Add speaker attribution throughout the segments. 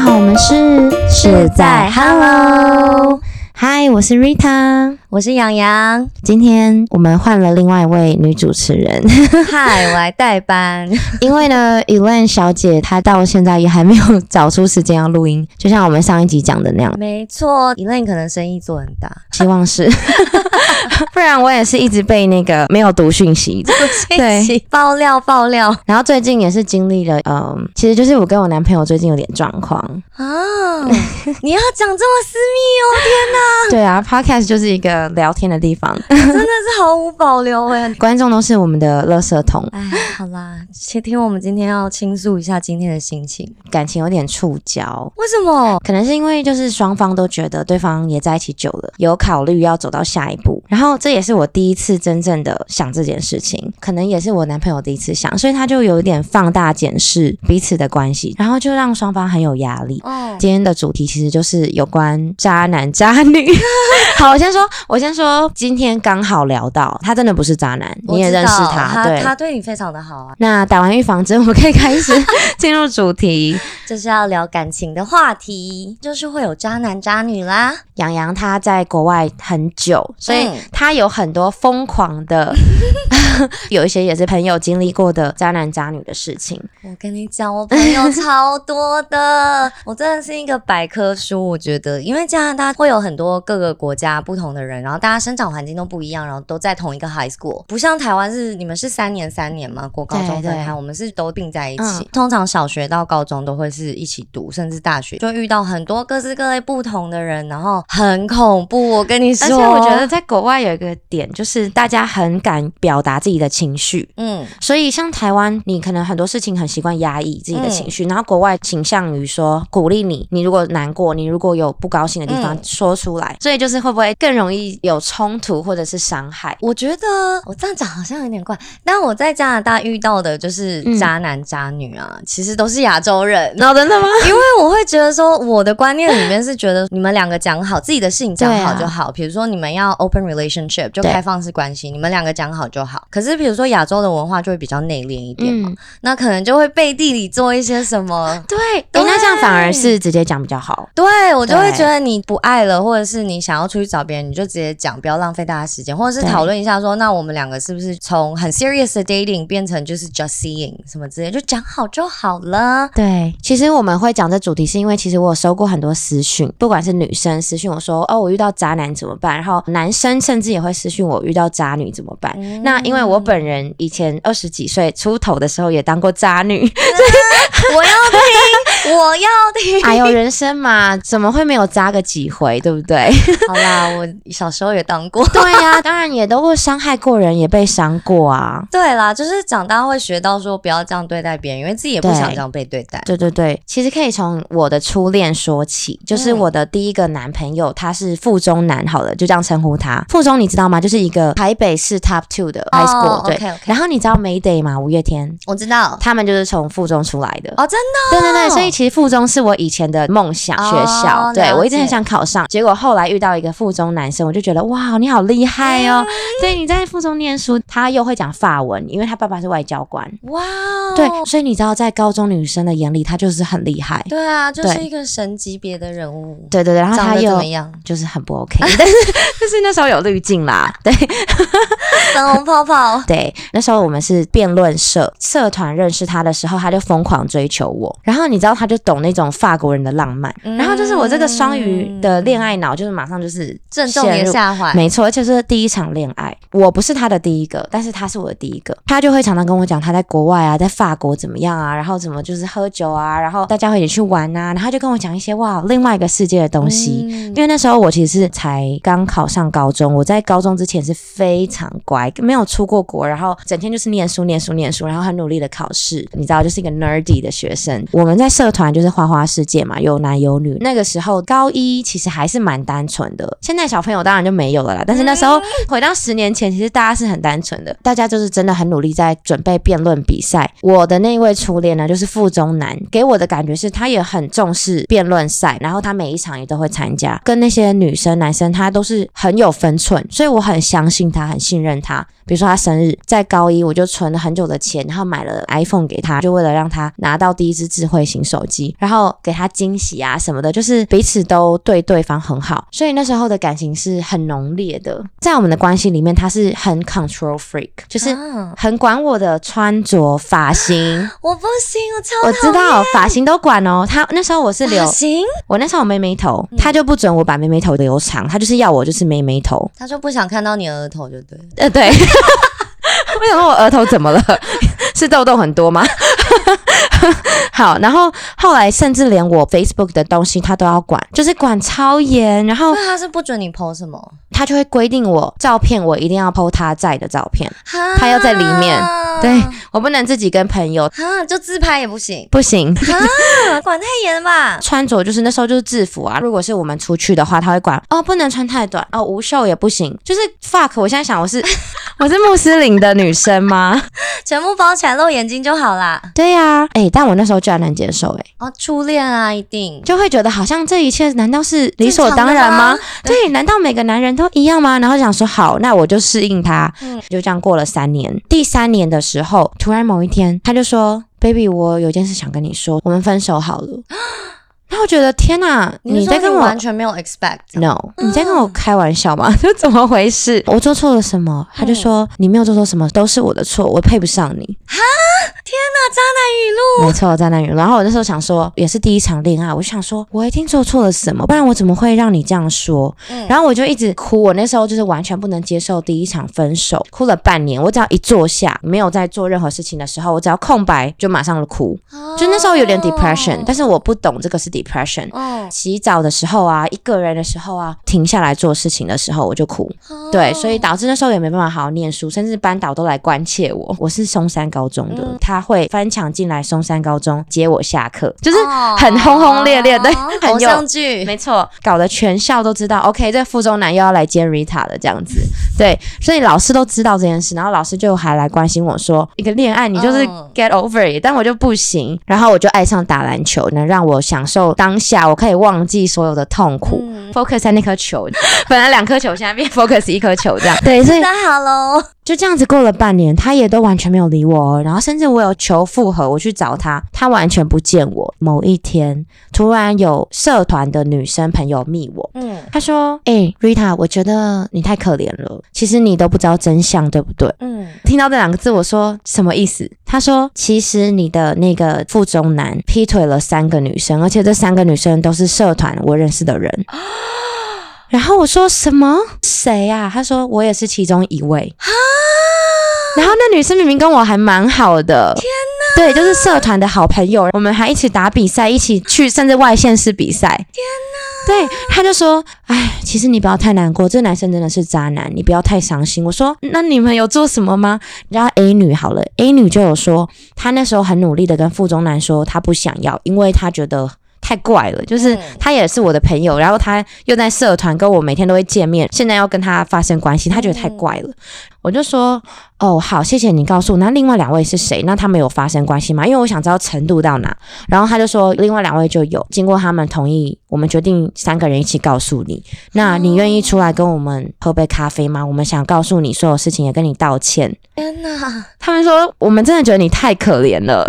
Speaker 1: 好，我们是
Speaker 2: 是在 Hello
Speaker 1: 嗨，我是 Rita。
Speaker 2: 我是杨洋，
Speaker 1: 今天我们换了另外一位女主持 人，
Speaker 2: 嗨，我来代 班。
Speaker 1: 因为呢，Elaine 小姐她到现在也还没有找出时间要录音，就像我们上一集讲的那样，
Speaker 2: 没错，Elaine 可能生意做很大，
Speaker 1: 希望 是，不然我也是一直被那个没有读讯息。对，
Speaker 2: 爆料爆料
Speaker 1: 然后最近也是经历了，嗯，其实就是我跟我男朋友最近有点状况，
Speaker 2: 啊！ 你要讲这么私哦
Speaker 1: 对啊，Podcast 就是一个聊天的地 方，
Speaker 2: 密，啊真的是毫无保留哎。
Speaker 1: 观众都是我们的垃圾桶，
Speaker 2: 哎，好啦，先听我们今天要倾诉一下今天的心情。
Speaker 1: 感情有点触礁。
Speaker 2: 为什么？
Speaker 1: 可能是因为就是双方都觉得对方也在一起久了，有考虑要走到下一步。然后这也是我第一次真正的想这件事情，可能也是我男朋友第一次想，所以他就有一点放大检视彼此的关系，然后就让双方很有压力。
Speaker 2: 哦，
Speaker 1: 今天的主题其实就是有关渣男渣女。好，我先说，我先说，今天刚好聊到他真的不是渣男，你也认识
Speaker 2: 我知道
Speaker 1: 对。
Speaker 2: 他对你非常的好啊，
Speaker 1: 那打完预防针，我们可以开始进入主题。
Speaker 2: 就是要聊感情的话题，就是会有渣男渣女啦。
Speaker 1: 杨洋他在国外很久，所以
Speaker 2: 嗯
Speaker 1: 他有很多疯狂的， 有一些也是朋友经历过的渣男渣女的事情。
Speaker 2: 我跟你讲，我朋友超多的， 我真的是一个百科书。我觉得，因为加拿大会有很多各个国家不同的人，然后大家生长环境都不一样，然后都在同一个 high school，不像台湾是你们是三年三年嘛，国高中
Speaker 1: 对
Speaker 2: 分
Speaker 1: 对
Speaker 2: 开，我们是都并在一起。
Speaker 1: 嗯
Speaker 2: 通常小学到高中都会是一起读，甚至大学就会遇到很多各式各类不同的人，然后很恐怖。我跟你说，
Speaker 1: 而且我觉得，在国外有一个点，就是大家很敢表达自己的情绪。
Speaker 2: 嗯，
Speaker 1: 所以，像台湾，你可能很多事情很习惯压抑自己的情绪，然后国外倾向于说鼓励你，你如果难过，你如果有不高兴的地方、
Speaker 2: 嗯
Speaker 1: 说出来，所以就是会不会更容易有冲突或者是伤害？
Speaker 2: 我觉得我这样讲好像有点怪，但我在加拿大遇到的就是
Speaker 1: 嗯
Speaker 2: 渣男渣女啊，其实都是亚洲人。
Speaker 1: 哦，真的吗？
Speaker 2: 因为我会觉得说，我的观念里面是觉得你们两个讲好自己的事情讲好
Speaker 1: 对啊
Speaker 2: 就好，比如说你们要 open relationship 就
Speaker 1: 对
Speaker 2: 开放式关系，你们两个讲好就好。可是比如说亚洲的文化就会比较内敛一点嘛，
Speaker 1: 嗯，
Speaker 2: 那可能就会背地里做一些什么
Speaker 1: 对，诶那这样反而是直接讲比较好。
Speaker 2: 对我就会
Speaker 1: 对
Speaker 2: 觉得你不爱了，或者是你想要出去找别人，你就直接讲，不要浪费大家时间，或者是
Speaker 1: 对
Speaker 2: 讨论一下说，那我们两个是不是从很 serious 的 dating 变成就是 just seeing 什么之类，就讲好就好 了。
Speaker 1: 对，其实我们会讲这主题，是因为其实我有收过很多私讯，不管是女生私讯我说哦，我遇到渣男怎么办，然后男生甚至也会私讯我遇到渣女怎么办。
Speaker 2: 嗯
Speaker 1: 那因为我本人以前二十几岁出头的时候也当过渣女，
Speaker 2: 我要听，我要听。
Speaker 1: 哎呦，人生嘛，怎么会没有渣个几回，对不 对？
Speaker 2: 好啦，我小时候也当过。
Speaker 1: 对呀、当然也都会伤害过人，也被伤过啊。
Speaker 2: 对啦，就是长大会学到说不要这样对待别人，因为自己也不
Speaker 1: 对
Speaker 2: 想这样被对待。
Speaker 1: 对对对，其实可以从我的初恋说起，就是
Speaker 2: 嗯
Speaker 1: 我的第一个男朋友，他是附中男，好了，就这样称呼他。附中你知道吗？就是一个台北市 Top Two 的
Speaker 2: 哦
Speaker 1: High School，、对。
Speaker 2: ，OK OK，
Speaker 1: 然后你知道 Mayday 吗？五月天，
Speaker 2: 我知道。
Speaker 1: 他们就是从附中出来的。
Speaker 2: 哦，真
Speaker 1: 对对对，所以其实附中是我以前的梦想
Speaker 2: 哦
Speaker 1: 学校，对
Speaker 2: 了
Speaker 1: 我一直
Speaker 2: 解
Speaker 1: 很想考上，结果后来遇到一个附中男生，我就觉得哇，你好厉害
Speaker 2: 嗯
Speaker 1: 哦！所以你在附中念书，他又会讲法文，因为他爸爸是外交官，
Speaker 2: 的，哇哦，
Speaker 1: 对，所以你知道在高中女生的眼里，他就是很厉害。
Speaker 2: 对啊，就
Speaker 1: 对
Speaker 2: 是一个神级别的人物。
Speaker 1: 对对对，然后
Speaker 2: 长
Speaker 1: 他
Speaker 2: 得怎
Speaker 1: 又
Speaker 2: 么样？
Speaker 1: 就是很不 OK，但 是但是那时候有滤镜啦，对。
Speaker 2: 粉红泡泡
Speaker 1: 对，那时候我们是辩论社社团认识他的时候，他就疯狂追求我，然后你知道他就懂那种法国人的浪漫，
Speaker 2: 嗯
Speaker 1: 然后就是我这个双鱼的恋爱脑，就是马上就是
Speaker 2: 正中
Speaker 1: 陷
Speaker 2: 年
Speaker 1: 入
Speaker 2: 下怀，
Speaker 1: 没错，而且是第一场恋爱，我不是他的第一个，但是他是我的第一个。他就会常常跟我讲他在国外啊，在法国怎么样啊，然后怎么就是喝酒啊，然后大家会一起去玩啊，然后他就跟我讲一些哇另外一个世界的东西。
Speaker 2: 嗯
Speaker 1: 因为那时候我其实是才刚考上高中，我在高中之前是非常乖，没有出过国，然后整天就是念书、念书、念书，然后很努力的考试，你知道，就是一个 nerdy 的学生。我们在社团就是花花世界嘛，有男有女。那个时候高一其实还是蛮单纯的，现在小朋友当然就没有了啦，但是那时候回到十年前，其实大家是很单纯的，大家就是真的很努力在准备辩论比赛。我的那一位初恋呢，就是附中男，给我的感觉是他也很重视辩论赛，然后他每一场也都会参加，跟那些女生男生他都是很有分寸，所以我很相信他，很信任他。比如说他生日，在高一我就存了很久的钱，然后买了 iPhone 给他，就为了让他拿到第一只智慧型手机，然后给他惊息啊什么的，就是彼此都对对方很好，所以那时候的感情是很浓烈的。在我们的关系里面，他是很 control freak，就是
Speaker 2: 啊
Speaker 1: 很管我的穿着、发型。
Speaker 2: 我不行，我超
Speaker 1: 我知道发型都管哦，他那时候我是 留
Speaker 2: 发型，
Speaker 1: 我那时候有妹妹头，他就不准我把妹妹头留长，他就是要我就是妹妹头。
Speaker 2: 他说不想看到你的额头就对了。啊
Speaker 1: 呃，对， 我想说我额头怎么了？ 是痘痘很多吗？ 好，然后后来甚至连我 Facebook 的东西他都要管，就是管超严，然后
Speaker 2: 那他是不准你 PO 什么？
Speaker 1: 他就会规定我照片我一定要 PO 他在的照片，
Speaker 2: 哈
Speaker 1: 他要在里面对我不能自己跟朋友，
Speaker 2: 哈，就自拍也不行。
Speaker 1: 不行，
Speaker 2: 哈，管太严了吧？
Speaker 1: 穿着就是那时候就是制服啊。如果是我们出去的话，他会管哦，不能穿太短哦，无袖也不行。就是 fuck，我现在想我是 我是穆斯林的女生吗？
Speaker 2: 全部包起来露眼睛就好啦。
Speaker 1: 对呀、啊，哎、但我那时候居然能接受、哎，
Speaker 2: 哦，初恋啊，一定
Speaker 1: 就会觉得好像这一切难道是理所当然吗？？对，难道每个男人都一样吗？然后想说好，那我就适应他。
Speaker 2: 嗯
Speaker 1: 就这样过了三年，第三年的时候，突然某一天，他就说：“baby，我有件事想跟你说，我们分手好 了。”然后我觉得天哪，
Speaker 2: 你是
Speaker 1: 在
Speaker 2: 说
Speaker 1: 跟
Speaker 2: 你嗯
Speaker 1: 我
Speaker 2: 完全没有 expect？
Speaker 1: No，你在跟我开玩笑吗？ 这怎么回事？我做错了什么？他
Speaker 2: 嗯
Speaker 1: 就说、你没有做错什么，都是我的错，我配不上你。没错，渣男语录。然后我那时候想说，也是第一场恋爱，我就想说，我一定做错了什么，不然我怎么会让你这样说？
Speaker 2: 嗯
Speaker 1: 然后我就一直哭，我那时候就是完全不能接受第一场分手，哭了半年。我只要一坐下，没有在做任何事情的时候，我只要空白就马上哭，就那时候有点 depression，、但是我不懂这个是 depression。
Speaker 2: 哦，
Speaker 1: 洗澡的时候啊，一个人的时候啊，停下来做事情的时候，我就哭。
Speaker 2: 哦
Speaker 1: 对，所以导致那时候也没办法好好念书，甚至班导都来关切我。我是松山高中的，
Speaker 2: 嗯
Speaker 1: 他会翻墙进来松山高中接我下课，就是
Speaker 2: 哦
Speaker 1: 很轰轰烈烈，对，
Speaker 2: 哦
Speaker 1: 很
Speaker 2: 偶
Speaker 1: 有
Speaker 2: 像剧。
Speaker 1: 没错，搞得全校都知道。OK，这附中男又要来接 Rita 了，这样子。对，所以老师都知道这件事，然后老师就还来关心我说，一个恋爱你就是
Speaker 2: 嗯
Speaker 1: get over it，、但我就不行。然后我就爱上打篮球，能让我享受当下，我可以忘记所有的痛苦。
Speaker 2: 嗯
Speaker 1: focus 在那颗球， 本来两颗球，现在变 focus 一颗球这样。对，所以
Speaker 2: 那好喽，
Speaker 1: 就这样子过了半年，他也都完全没有理我哦。然后甚至我有求复合，我去找他，他完全不见我。某一天，突然有社团的女生朋友密我。
Speaker 2: 嗯
Speaker 1: 她说：“哎、r i t a 我觉得你太可怜了。其实你都不知道真相，对不对？
Speaker 2: 嗯，
Speaker 1: 听到这两个字，我说什么意思？他说，其实你的那个腹中男劈腿了三个女生，而且这三个女生都是社团我认识的人。然后我说什么？谁啊？他说我也是其中一位。然后那女生明明跟我还蛮好的，天哪！对，就是社团的好朋友，我们还一起打比赛，一起去甚至外县市比赛。天哪！对，他就说哎，其实你不要太难过，这男生真的是渣男，你不要太伤心。我说，那你们有做什么吗？然后 A 女好了，A 女就有说，她那时候很努力的跟腹中男说，她不想要，因为她觉得。太怪了，就是
Speaker 2: 嗯
Speaker 1: 她也是我的朋友，然后她又在社团跟我每天都会见面，现在要跟她发生关系，她觉得太怪了。我就说，哦，好，谢谢你告诉我，那另外两位是谁？那他们有发生关系吗？因为我想知道程度到哪。然后他就说，另外两位就有，经过他们同意，我们决定三个人一起告诉你。那你愿意出来跟我们喝杯咖啡吗？我们想告诉你所有事情，也跟你道歉。
Speaker 2: 天哪，
Speaker 1: 他们说，我们真的觉得你太可怜了，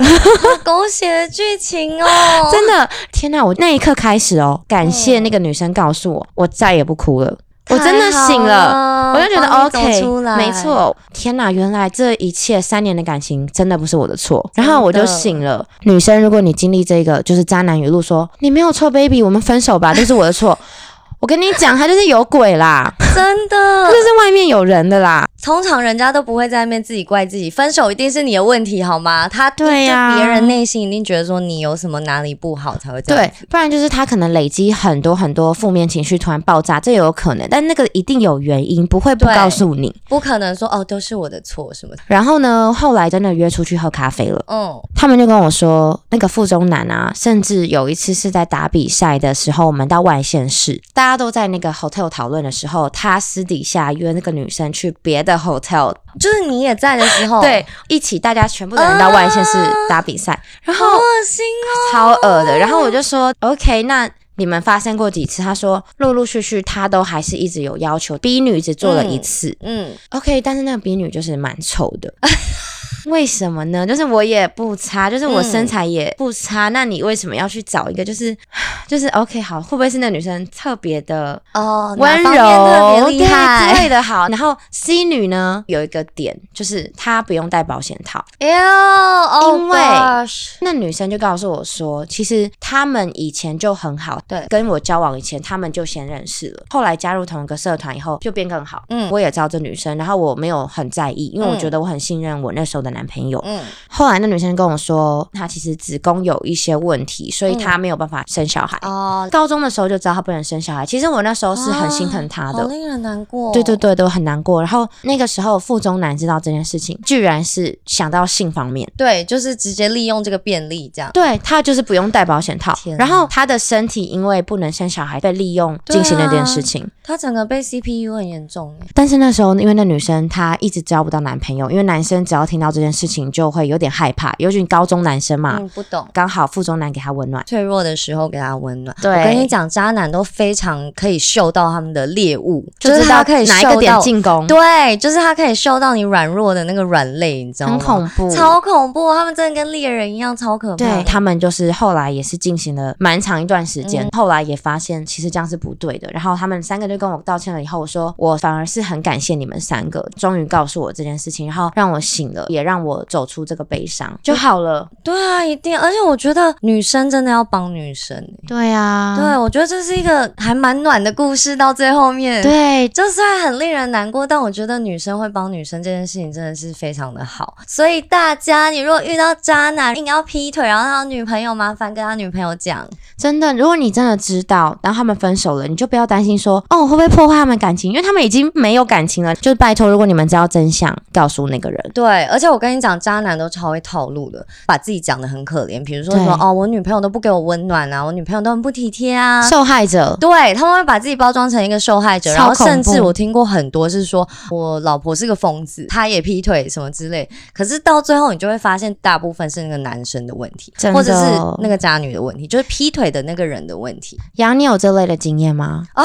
Speaker 2: 狗血的剧情哦，
Speaker 1: 真的，天哪！我那一刻开始哦，感谢那个女生告诉我，我再也不哭了， 我真的醒了。
Speaker 2: 了
Speaker 1: 我就觉得 OK，没
Speaker 2: 没，
Speaker 1: 错。天哪，原来这一切三年的感情真的不是我的错。然后我就醒了。女生，如果你经历这个，就是渣男语录说你没有错，baby，我们分手吧，这是我的错。 我跟你讲，他就是有鬼 啦，
Speaker 2: 真
Speaker 1: 他
Speaker 2: 的
Speaker 1: 就，是外面有人的啦。
Speaker 2: 通常人家都不会在那边自己怪自己，分手一定是你的问题好吗？他
Speaker 1: 对呀
Speaker 2: 就别人内心一定觉得说你有什么哪里不好才会这 样
Speaker 1: 对，不然就是他可能累积很多很多负面情绪突然爆炸，这也有可能，但那个一定有原因，不会不
Speaker 2: 对
Speaker 1: 告诉你。
Speaker 2: 不可能说哦都是我的错什么的。
Speaker 1: 然后呢，后来真的约出去喝咖啡了。
Speaker 2: 嗯，
Speaker 1: 他们就跟我说，那个附中男啊，甚至有一次是在打比赛的时候，我们到外县市，大家都在那个 hotel 讨论的时候，他私底下约那个女生去别的 hotel，、
Speaker 2: 就是你也在的时候，
Speaker 1: 对，一起大家全部的人到外县市打比赛，然
Speaker 2: 好
Speaker 1: 后
Speaker 2: 恶心哦。
Speaker 1: 超恶的，然后我就说 OK，那。你们发生过几次？他说陆陆续续，他都还是一直有要求。B 女只做了一次，
Speaker 2: 嗯，
Speaker 1: OK，但是那个比女就是蛮丑的。 为什么
Speaker 2: 嗯
Speaker 1: 呢？就是我也不差，就是我身材也不差，那你为什么要去找一个就是 就是 OK 好，会不会是那女生特别的
Speaker 2: 哦，
Speaker 1: 温
Speaker 2: 哪方面
Speaker 1: 柔
Speaker 2: 特别厉
Speaker 1: 对之
Speaker 2: 害。
Speaker 1: 类的好？然后 C 女呢有一个点就是她不用戴保险套，
Speaker 2: 哎呦，哦
Speaker 1: 因为
Speaker 2: gosh
Speaker 1: 那女生就告诉我说，其实他们以前就很好，
Speaker 2: 对
Speaker 1: 跟我交往以前他们就先认识了，后来加入同一个社团以后就变更好。
Speaker 2: 嗯
Speaker 1: 我也知道这女生，然后我没有很在意，因为我
Speaker 2: 嗯
Speaker 1: 觉得我很信任我那时候的男朋友。
Speaker 2: 嗯，
Speaker 1: 后来那女生跟我说，她其实子宫有一些问题，所以
Speaker 2: 嗯
Speaker 1: 她没有办法生小孩。
Speaker 2: 哦，
Speaker 1: 高中的时候就知道她不能生小孩，其实我那时候是很心疼她的。
Speaker 2: 哦好令人难过。
Speaker 1: 对对，对，都很难过。然后那个时候，附中男知道这件事情，居然是想到性方面，
Speaker 2: 对，就是直接利用这个便利这样。
Speaker 1: 对他就是不用戴保险套
Speaker 2: 天，
Speaker 1: 然后他的身体因为不能生小孩被利用进行那
Speaker 2: 啊
Speaker 1: 件事情。
Speaker 2: 他整个被 CPU 很严重哎。
Speaker 1: 但是那时候因为那女生她一直交不到男朋友，因为男生只要听到这件事情就会有点害怕，尤其高中男生嘛，
Speaker 2: 嗯，不懂。
Speaker 1: 刚好附中男给她温暖。
Speaker 2: 脆弱的时候给他温暖。
Speaker 1: 对
Speaker 2: 我跟你讲，渣男都非常可以嗅到他们的猎物，
Speaker 1: 就
Speaker 2: 就是
Speaker 1: 知道
Speaker 2: 他可以
Speaker 1: 哪一个
Speaker 2: 嗅
Speaker 1: 点
Speaker 2: 到，
Speaker 1: 进攻，
Speaker 2: 对，就是他可以嗅到你软弱的那个软肋，你知道吗？
Speaker 1: 很恐怖，
Speaker 2: 超恐怖，他们真的跟猎人一样，超可怕的。
Speaker 1: 对他们就是后来也是进行了蛮长一段时间，
Speaker 2: 嗯
Speaker 1: 后来也发现其实这样是不对的。然后他们三个就跟我道歉了，以后我说我反而是很感谢你们三个，终于告诉我这件事情，然后让我醒了，也让我走出这个悲伤就好了。
Speaker 2: 对啊，一定。而且我觉得女生真的要帮女生欸、
Speaker 1: 对啊，
Speaker 2: 对，我觉得这是一个还蛮暖的故事，到最后面。。
Speaker 1: 对
Speaker 2: 就虽然很令人难过，但我觉得女生会帮女生这件事情真的是非常的好。所以大家，你如果遇到渣男硬要劈腿，然后他有女朋友，麻烦跟他女朋友讲。
Speaker 1: 真的，如果你真的知道，然后他们分手了，你就不要担心说哦我会不会破坏他们感情，因为他们已经没有感情了。就是拜托，如果你们知道真相，告诉那个人。
Speaker 2: 对，而且我跟你讲，渣男都超会套路的，把自己讲的很可怜。比如说
Speaker 1: 对
Speaker 2: 什么哦，我女朋友都不给我温暖啊，我女朋友都很不体贴 啊。
Speaker 1: 受害者
Speaker 2: 对他们会把自己包装成一个受害者，然
Speaker 1: 超
Speaker 2: 后
Speaker 1: 恐
Speaker 2: 甚至
Speaker 1: 怖
Speaker 2: 我听过很多是说我老婆是个疯子，她也劈腿什么之类。可是到最后你就会发现，大部分是那个男生的问题，
Speaker 1: 真的哦
Speaker 2: 或者是那个渣女的问题，就是劈腿的那个人的问题
Speaker 1: 杨，你有这类的经验 吗？
Speaker 2: 啊。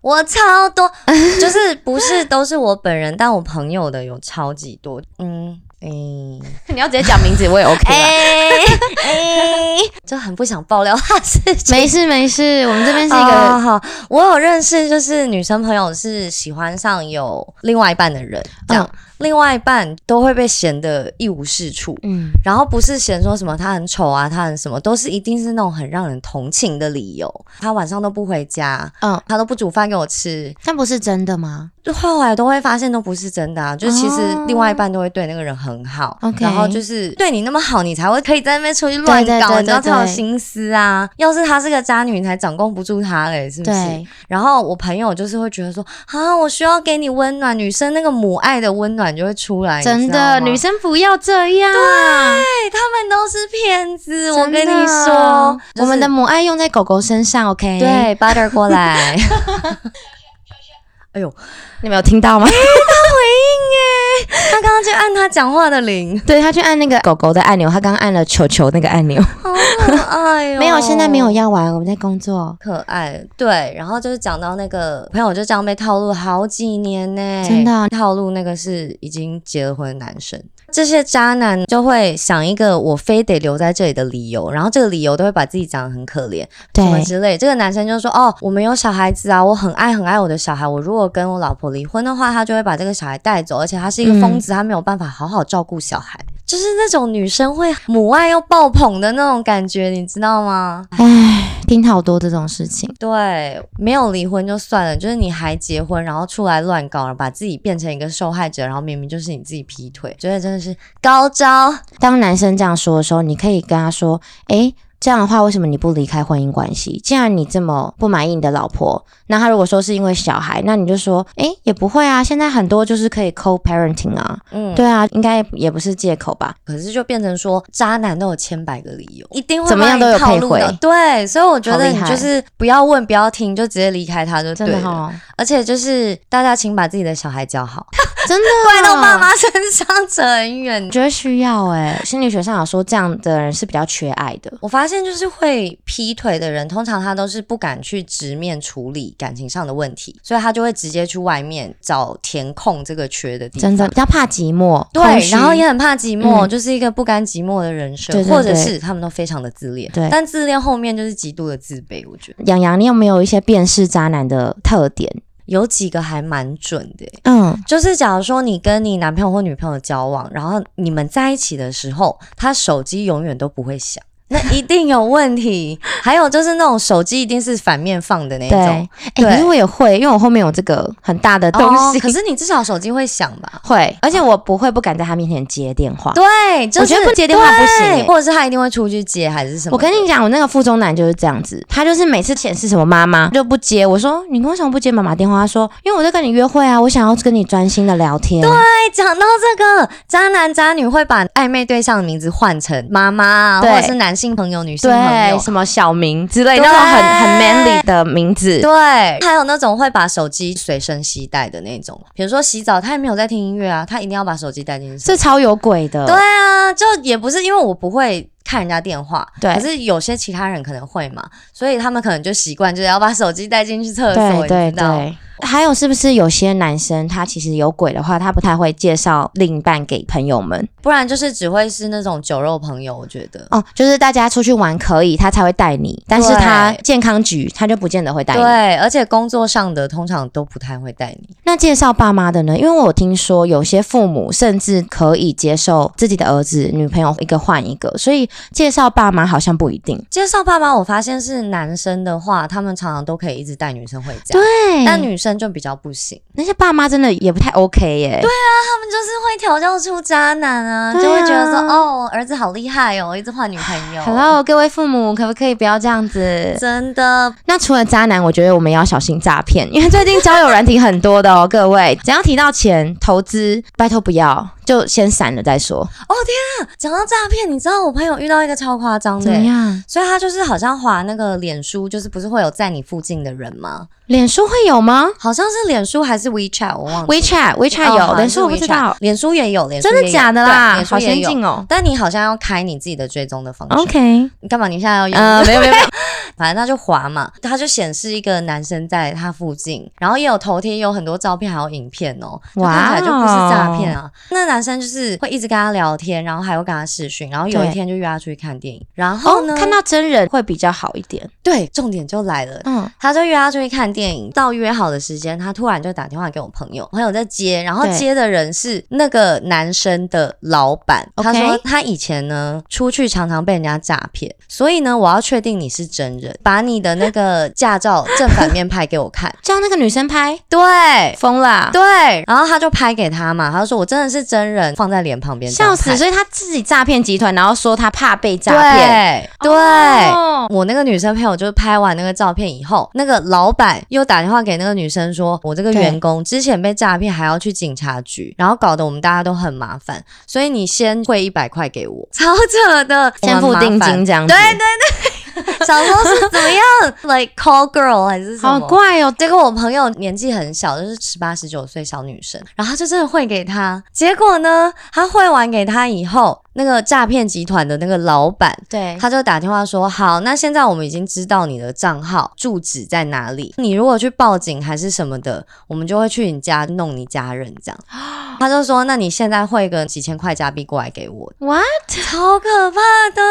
Speaker 2: 我超多， 就是不是都是我本人，但我朋友的有超级多。嗯，诶、
Speaker 1: 你要直接讲名字，我也 OK 啊啦
Speaker 2: 哎哎，就很不想爆料他是
Speaker 1: 没事没事，我们这边是一
Speaker 2: 哦
Speaker 1: 个
Speaker 2: 好，我有认识，就是女生朋友是喜欢上有另外一半的人， 这
Speaker 1: 嗯
Speaker 2: 样、另外一半都会被嫌得一无是处。
Speaker 1: 嗯，
Speaker 2: 然后不是嫌说什么他很丑啊，他很什么，都是一定是那种很让人同情的理由。他晚上都不回家，
Speaker 1: 嗯
Speaker 2: 嗯，他都不煮饭给我吃，
Speaker 1: 但不是真的吗？
Speaker 2: 就后来都会发现都不是真的啊。就是其实
Speaker 1: 哦
Speaker 2: 另外一半都会对那个人很好
Speaker 1: OK
Speaker 2: 然后就是对你那么好，你才会可以在那边出去乱
Speaker 1: 对对
Speaker 2: 搞，
Speaker 1: 对
Speaker 2: 你知道
Speaker 1: 对
Speaker 2: 才有
Speaker 1: 对
Speaker 2: 心思啊。要是他是个渣女，你才掌控不住他嘞，是不是？
Speaker 1: 对，
Speaker 2: 然后我朋友就是会觉得说啊，我需要给你温暖，女生那个母爱的温暖就会出来，
Speaker 1: 真的，女
Speaker 2: 女
Speaker 1: 生不要这样。
Speaker 2: 对他们都是骗子，
Speaker 1: 对
Speaker 2: 我跟你说，就是哎
Speaker 1: 我们的母爱用在狗狗身上，OK？，
Speaker 2: 对 butter 过 来，哎呦，
Speaker 1: 你们有听到吗？
Speaker 2: 他刚刚就按他讲话的铃，
Speaker 1: 对，他去按那个狗狗的按钮，他刚按了球球那个按钮。
Speaker 2: 好可爱 哦，
Speaker 1: 没有，现在没有。要玩，我们在工作。
Speaker 2: 可爱，对，然后就是讲到那个朋友就这样被套路好几年呢、
Speaker 1: 真的啊
Speaker 2: 套路那个是已经结了婚的男生。这些渣男就会想一个我非得留在这里的理由，然后这个理由都会把自己讲得很可怜
Speaker 1: 对
Speaker 2: 什么之类。这个男生就说：“哦，我没有小孩子啊，我很爱很爱我的小孩。我如果跟我老婆离婚的话，他就会把这个小孩带走，而且他是一个疯
Speaker 1: 嗯
Speaker 2: 子，他没有办法好好照顾小孩。”就是那种女生会母爱又爆棚的那种感觉，你知道吗？
Speaker 1: 唉，听好多这种事情。
Speaker 2: 对，没有离婚就算了，就是你还结婚，然后出来乱搞，然后把自己变成一个受害者，然后明明就是你自己劈腿，觉得真的是高招。
Speaker 1: 当男生这样说的时候，你可以跟他说：“诶，这样的话，为什么你不离开婚姻关系？既然你这么不满意你的老婆，那他如果说是因为小孩，那你就说：诶，也不会啊，现在很多就是可以 co-parenting 啊，
Speaker 2: 嗯，
Speaker 1: 对啊，应该也不是借口吧？
Speaker 2: 可是就变成说，渣男都有千百个理由，一定会
Speaker 1: 怎么样都有
Speaker 2: 把你套路
Speaker 1: 配
Speaker 2: 的
Speaker 1: 回
Speaker 2: 对，所以我觉
Speaker 1: 好
Speaker 2: 得
Speaker 1: 厉
Speaker 2: 你
Speaker 1: 害
Speaker 2: 就是不要问，不要听，就直接离开他就对
Speaker 1: 真的
Speaker 2: 了。
Speaker 1: 哈、哦，
Speaker 2: 而且就是大家请把自己的小孩教好，
Speaker 1: 真的啊
Speaker 2: 怪到爸妈身上 扯很远
Speaker 1: 我。觉得需要哎、心理学上有说这样的人是比较缺爱的。
Speaker 2: 我发现就是会劈腿的人，通常他都是不敢去直面处理感情上的问题，所以他就会直接去外面找填空这个缺的地方。
Speaker 1: 真的比较怕寂寞，空
Speaker 2: 对，
Speaker 1: 虚
Speaker 2: 然后也很怕寂寞，
Speaker 1: 嗯
Speaker 2: 就是一个不甘寂寞的人生，
Speaker 1: 对对
Speaker 2: 或者
Speaker 1: 对
Speaker 2: 是他们都非常的自恋。
Speaker 1: 对
Speaker 2: 但自恋后面就是极度的自卑，我觉得
Speaker 1: 洋洋，你有没有一些辨识渣男的特点？
Speaker 2: 有几个还蛮准的欸、
Speaker 1: 嗯，
Speaker 2: 就是假如说你跟你男朋友或女朋友交往，然后你们在一起的时候，他手机永远都不会响。那一定有问 题，还有就是那种手机一定是反面放的那一
Speaker 1: 对。
Speaker 2: 种
Speaker 1: 哎、可是我也会，因为我后面有这个很大的东西，
Speaker 2: 哦可是你至少手机会响吧？
Speaker 1: 会，而且我不会不敢在他面前接电话。
Speaker 2: 对，就是、
Speaker 1: 我觉得不接电话不行
Speaker 2: 对
Speaker 1: 欸
Speaker 2: 或者是他一定会出去接还是什么的？
Speaker 1: 我跟你讲，我那个附中男就是这样子，他就是每次显示什么妈妈 就不接。我说你为什么不接妈妈电话？他说因为我在跟你约会啊，我想要跟你专心的聊天。对，
Speaker 2: 哎讲到这个，渣男渣女会把暧昧对象的名字换成妈妈啊，或
Speaker 1: 对
Speaker 2: 者是男性朋友、女性朋友。
Speaker 1: 什么小明之类
Speaker 2: 对
Speaker 1: 那种很很 manly 的名字。
Speaker 2: 对，还有那种会把手机随身携带的那种，比如说洗澡，他也没有在听音乐啊，他一定要把手机带进去。
Speaker 1: 这超有鬼的，
Speaker 2: 对啊，就也不是因为我不会看人家电话，
Speaker 1: 对
Speaker 2: 可是有些其他人可能会嘛，所以他们可能就习惯就是要把手机带进去厕所，
Speaker 1: 对对
Speaker 2: 你知道？
Speaker 1: 对。还有是不是有些男生他其实有鬼的话，他不太会介绍另一半给朋友们
Speaker 2: 不然就是只会是那种酒肉朋友，我觉得。
Speaker 1: 哦，就是大家出去玩可以，他才会带你，但是
Speaker 2: 对
Speaker 1: 他健康局他就不见得会带你。
Speaker 2: 对，而且工作上的通常都不太会带你。
Speaker 1: 那介绍爸妈的呢？因为我听说有些父母甚至可以接受自己的儿子女朋友一个换一个，所以介绍爸妈好像不一定。
Speaker 2: 介绍爸妈，我发现是男生的话，他们常常都可以一直带女生回家，
Speaker 1: 对
Speaker 2: 但
Speaker 1: 但女
Speaker 2: 女生就比较不行，
Speaker 1: 那些爸妈真的也不太 OK 耶。对，
Speaker 2: 他们就是会调教出渣男啊，
Speaker 1: 对啊
Speaker 2: 就会觉得说，哦，我儿子好厉害哦，一直换女朋友。
Speaker 1: Hello，各位父母，可不可以不要这样子？
Speaker 2: 真的
Speaker 1: 那除了渣男，我觉得我们也要小心诈骗， 因为最近交友软体很多的哦， 各位，只要提到钱、投资，拜托不要，就先闪了再说。
Speaker 2: 讲到诈骗，你知道我朋友遇到一个超夸张的、欸
Speaker 1: 样？
Speaker 2: 所以他就是好像划那个脸书，就是不是会有在你附近的人吗？
Speaker 1: 脸书会有吗
Speaker 2: 好像是脸书还是 WeChat，我忘哦记。
Speaker 1: ？WeChat，WeChat 有，
Speaker 2: 但
Speaker 1: 脸书我不知道，，
Speaker 2: 脸书也有，脸书
Speaker 1: 真
Speaker 2: 也
Speaker 1: 的
Speaker 2: 有
Speaker 1: 假的啦
Speaker 2: 对？
Speaker 1: 好
Speaker 2: 脸
Speaker 1: 先
Speaker 2: 书也有。
Speaker 1: 进哦。
Speaker 2: 但你好像要开你自己的追踪的方式
Speaker 1: OK，
Speaker 2: 你干嘛？你现在要用？
Speaker 1: 呃，没有没有，没有
Speaker 2: 反正他就滑嘛，他就显示一个男生在他附近，然后也有头贴，也有很多照片，还有影片哦，就看起来就不是诈骗啊。那男生就是会一直跟他聊天，然后还会跟他视讯，然后有一
Speaker 1: 对
Speaker 2: 天就约他出去看电影，然后呢，
Speaker 1: 哦，看到真人会比较好一点。
Speaker 2: 对，重点就来了。
Speaker 1: 嗯，
Speaker 2: 他就约他出去看电影，到约好的时间，他突然就打电话给我朋友，朋友在接，然后
Speaker 1: 对
Speaker 2: 接的人是那个男生的老板。
Speaker 1: OK
Speaker 2: 他说他以前呢出去常常被人家诈骗，所以呢我要确定你是真人，把你的那个驾照正反面拍给 我看。
Speaker 1: 叫那个女生拍，
Speaker 2: 对
Speaker 1: 疯啦，
Speaker 2: 对，然后他就拍给他嘛，他就说我真的是真人，放在脸旁边这样
Speaker 1: 笑
Speaker 2: 拍，
Speaker 1: 死！所以他自己诈骗集团，然后说他怕被诈骗，
Speaker 2: 骗，对。
Speaker 1: 哦
Speaker 2: 我那个女生朋友就是拍完那个照片以后，那个老板又打电话给那个女生说，我这个员工之前被诈骗，还要去警察局，然后搞得我们大家都很麻烦，所以你先汇一百块给我，超扯的，
Speaker 1: 先付定金这样子，
Speaker 2: 对小时候是怎么样，like call girl 还是什么？
Speaker 1: 好怪哦。
Speaker 2: 结果我朋友年纪很小，就是十八十九岁小女生，然后她就真的汇给他。结果呢，他汇完给他以后，那个诈骗集团的那个老板
Speaker 1: 对，
Speaker 2: 他就打电话说：“好，那现在我们已经知道你的账号住址在哪里，你如果去报警还是什么的，我们就会去你家弄你家人这样。” 他就说：“那你现在汇个几千块加币过来给我，
Speaker 1: 哇，
Speaker 2: 超可怕的，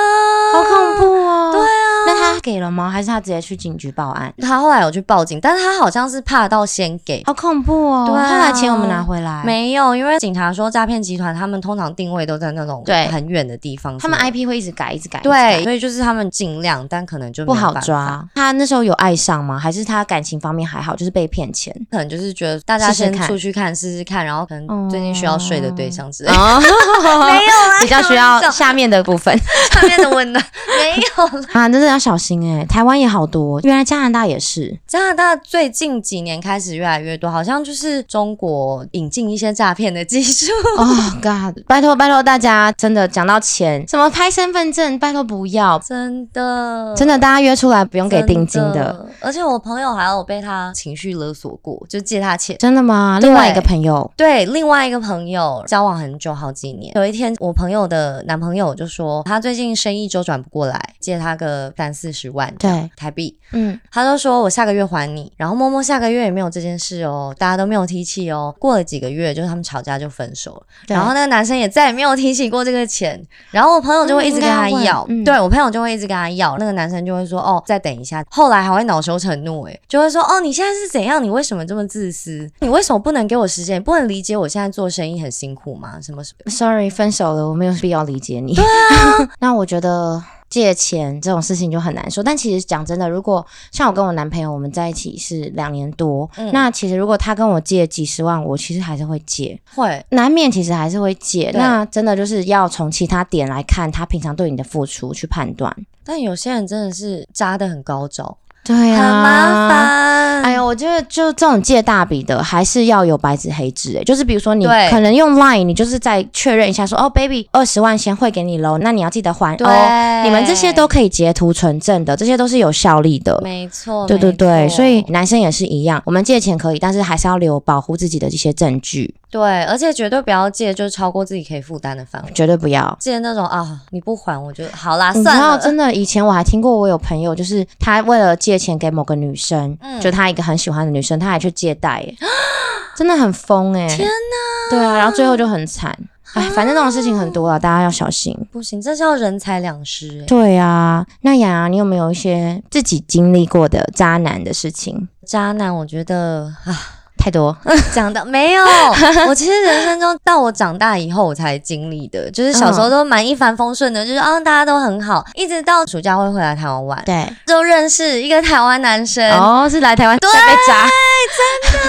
Speaker 1: 好恐。”怖哦。
Speaker 2: 对
Speaker 1: 啊，那他给了吗？还是他直接去警局报案？
Speaker 2: 他后来有去报警，但是他好像是怕到先给。
Speaker 1: 好恐怖哦！
Speaker 2: 对啊
Speaker 1: 后来钱我们拿回来，
Speaker 2: 没有，因为警察说诈骗集团他们通常定位都在那种
Speaker 1: 对
Speaker 2: 很远的地方，
Speaker 1: 他们
Speaker 2: 什么
Speaker 1: IP 会一直改，一直改，一
Speaker 2: 对，
Speaker 1: 直改。
Speaker 2: 所以就是他们尽量，但可能就没
Speaker 1: 不
Speaker 2: 有
Speaker 1: 好
Speaker 2: 办法，
Speaker 1: 抓，他那时候有爱上吗？还是他感情方面还好，就是被骗钱？
Speaker 2: 可能就是觉得大家
Speaker 1: 试试
Speaker 2: 先
Speaker 1: 看
Speaker 2: 出去看试试看，然后可能最近需要睡的对象之类 的。
Speaker 1: 哦，
Speaker 2: 没有啦，啊
Speaker 1: 比较需
Speaker 2: 开
Speaker 1: 要
Speaker 2: 玩笑
Speaker 1: 下面的部分
Speaker 2: 上面的温暖，没有啦。
Speaker 1: 啊，真的要小心行哎、台湾也好多，原来加拿大也 是。
Speaker 2: 加拿大最近几年开始越来越多，好像就是中国引进一些诈骗的技术。
Speaker 1: 哦、God，拜托拜托大家，真的讲到钱，什么拍身份证，拜托不要，
Speaker 2: 真的，
Speaker 1: 真的大家约出来不
Speaker 2: 不
Speaker 1: 用给定金的。。
Speaker 2: 而且我朋友还有被他情绪勒索过，就借他钱。
Speaker 1: 真的吗？
Speaker 2: 对
Speaker 1: 另外一个朋友，
Speaker 2: 对，另外一个朋友交往很久，好几年。有一天，我朋友的男朋友就说，他最近生意周转不过来，借他个三四十万
Speaker 1: 对，
Speaker 2: 台币。
Speaker 1: 嗯，
Speaker 2: 他就说我下个月还你，然后默默下个月也没有这件事哦，大家都没有提起哦。过了几个月，就是他们吵架就分手了。
Speaker 1: 对
Speaker 2: 然后那个男生也再也没有提起过这个钱，然后我朋友就会一直跟他
Speaker 1: 嗯应该要
Speaker 2: 要，
Speaker 1: 问嗯
Speaker 2: 对我朋友就会一直跟他要，那个男生就会说哦，再等一下，后来还会恼羞成怒，诶，就会说哦，你现在是怎样？你为什么这么自私？你为什么不能给我时间？你不能理解我现在做生意很辛苦吗？什么什么？
Speaker 1: Sorry，分手了，我没有必要理解你。对啊， 那我觉得借钱这种事情就很难说。但其实讲真的，如果像我跟我男朋友，我们在一起是两年多，
Speaker 2: 嗯
Speaker 1: 那其实如果他跟我借几十万，我其实还是会借，
Speaker 2: 会
Speaker 1: 难免其实还是会借。
Speaker 2: 对
Speaker 1: 那真的就是要从其他点来看他平常对你的付出去判断。
Speaker 2: 但有些人真的是扎的很高招，
Speaker 1: 对
Speaker 2: 很
Speaker 1: 啊，
Speaker 2: 麻。烦。
Speaker 1: 哎呦，我觉得就这种借大笔的，还是要有白纸黑字诶、就是比如说你
Speaker 2: 对
Speaker 1: 可能用 Line，你就是再确认一下说，哦，baby，二十万先汇给你喽，那你要记得还哦。
Speaker 2: 对，
Speaker 1: 你们这些都可以截图存证的，这些都是有效力的。
Speaker 2: 没错，
Speaker 1: 对对对，
Speaker 2: 没错
Speaker 1: 所以男生也是一样，我们借钱可以，但是还是要留保护自己的一些证据，
Speaker 2: 对，而且绝对不要借，就是超过自己可以负担的范围。
Speaker 1: 绝对不要。
Speaker 2: 借那种啊，你不还，我就好啦，
Speaker 1: 你
Speaker 2: 啊算
Speaker 1: 知道，
Speaker 2: 了，
Speaker 1: 嗯真的，以前我还听过，我有朋友就是他为了借钱给某个女生，
Speaker 2: 嗯
Speaker 1: 就他一个很喜欢的女生，他还去借贷，耶， 真的很疯哎、
Speaker 2: 天
Speaker 1: 哪！对啊，然后最后就很 惨，哎，反正这种事情很多啊，大家要小心。
Speaker 2: 不行，这叫人财两失、欸。
Speaker 1: 对啊，那雅雅，你有没有一些自己经历过的渣男的事情？
Speaker 2: 渣男，我觉得 啊，
Speaker 1: 太 多，
Speaker 2: 讲到 没有，我其实人生中到我长大以后我才经历的，就是小
Speaker 1: 嗯
Speaker 2: 时候都蛮一帆风顺的，就是啊大家都很好，一直到暑假会回来台湾玩，
Speaker 1: 对，
Speaker 2: 就认识一个台湾男生，
Speaker 1: 哦，是来台湾
Speaker 2: 对
Speaker 1: 再被渣，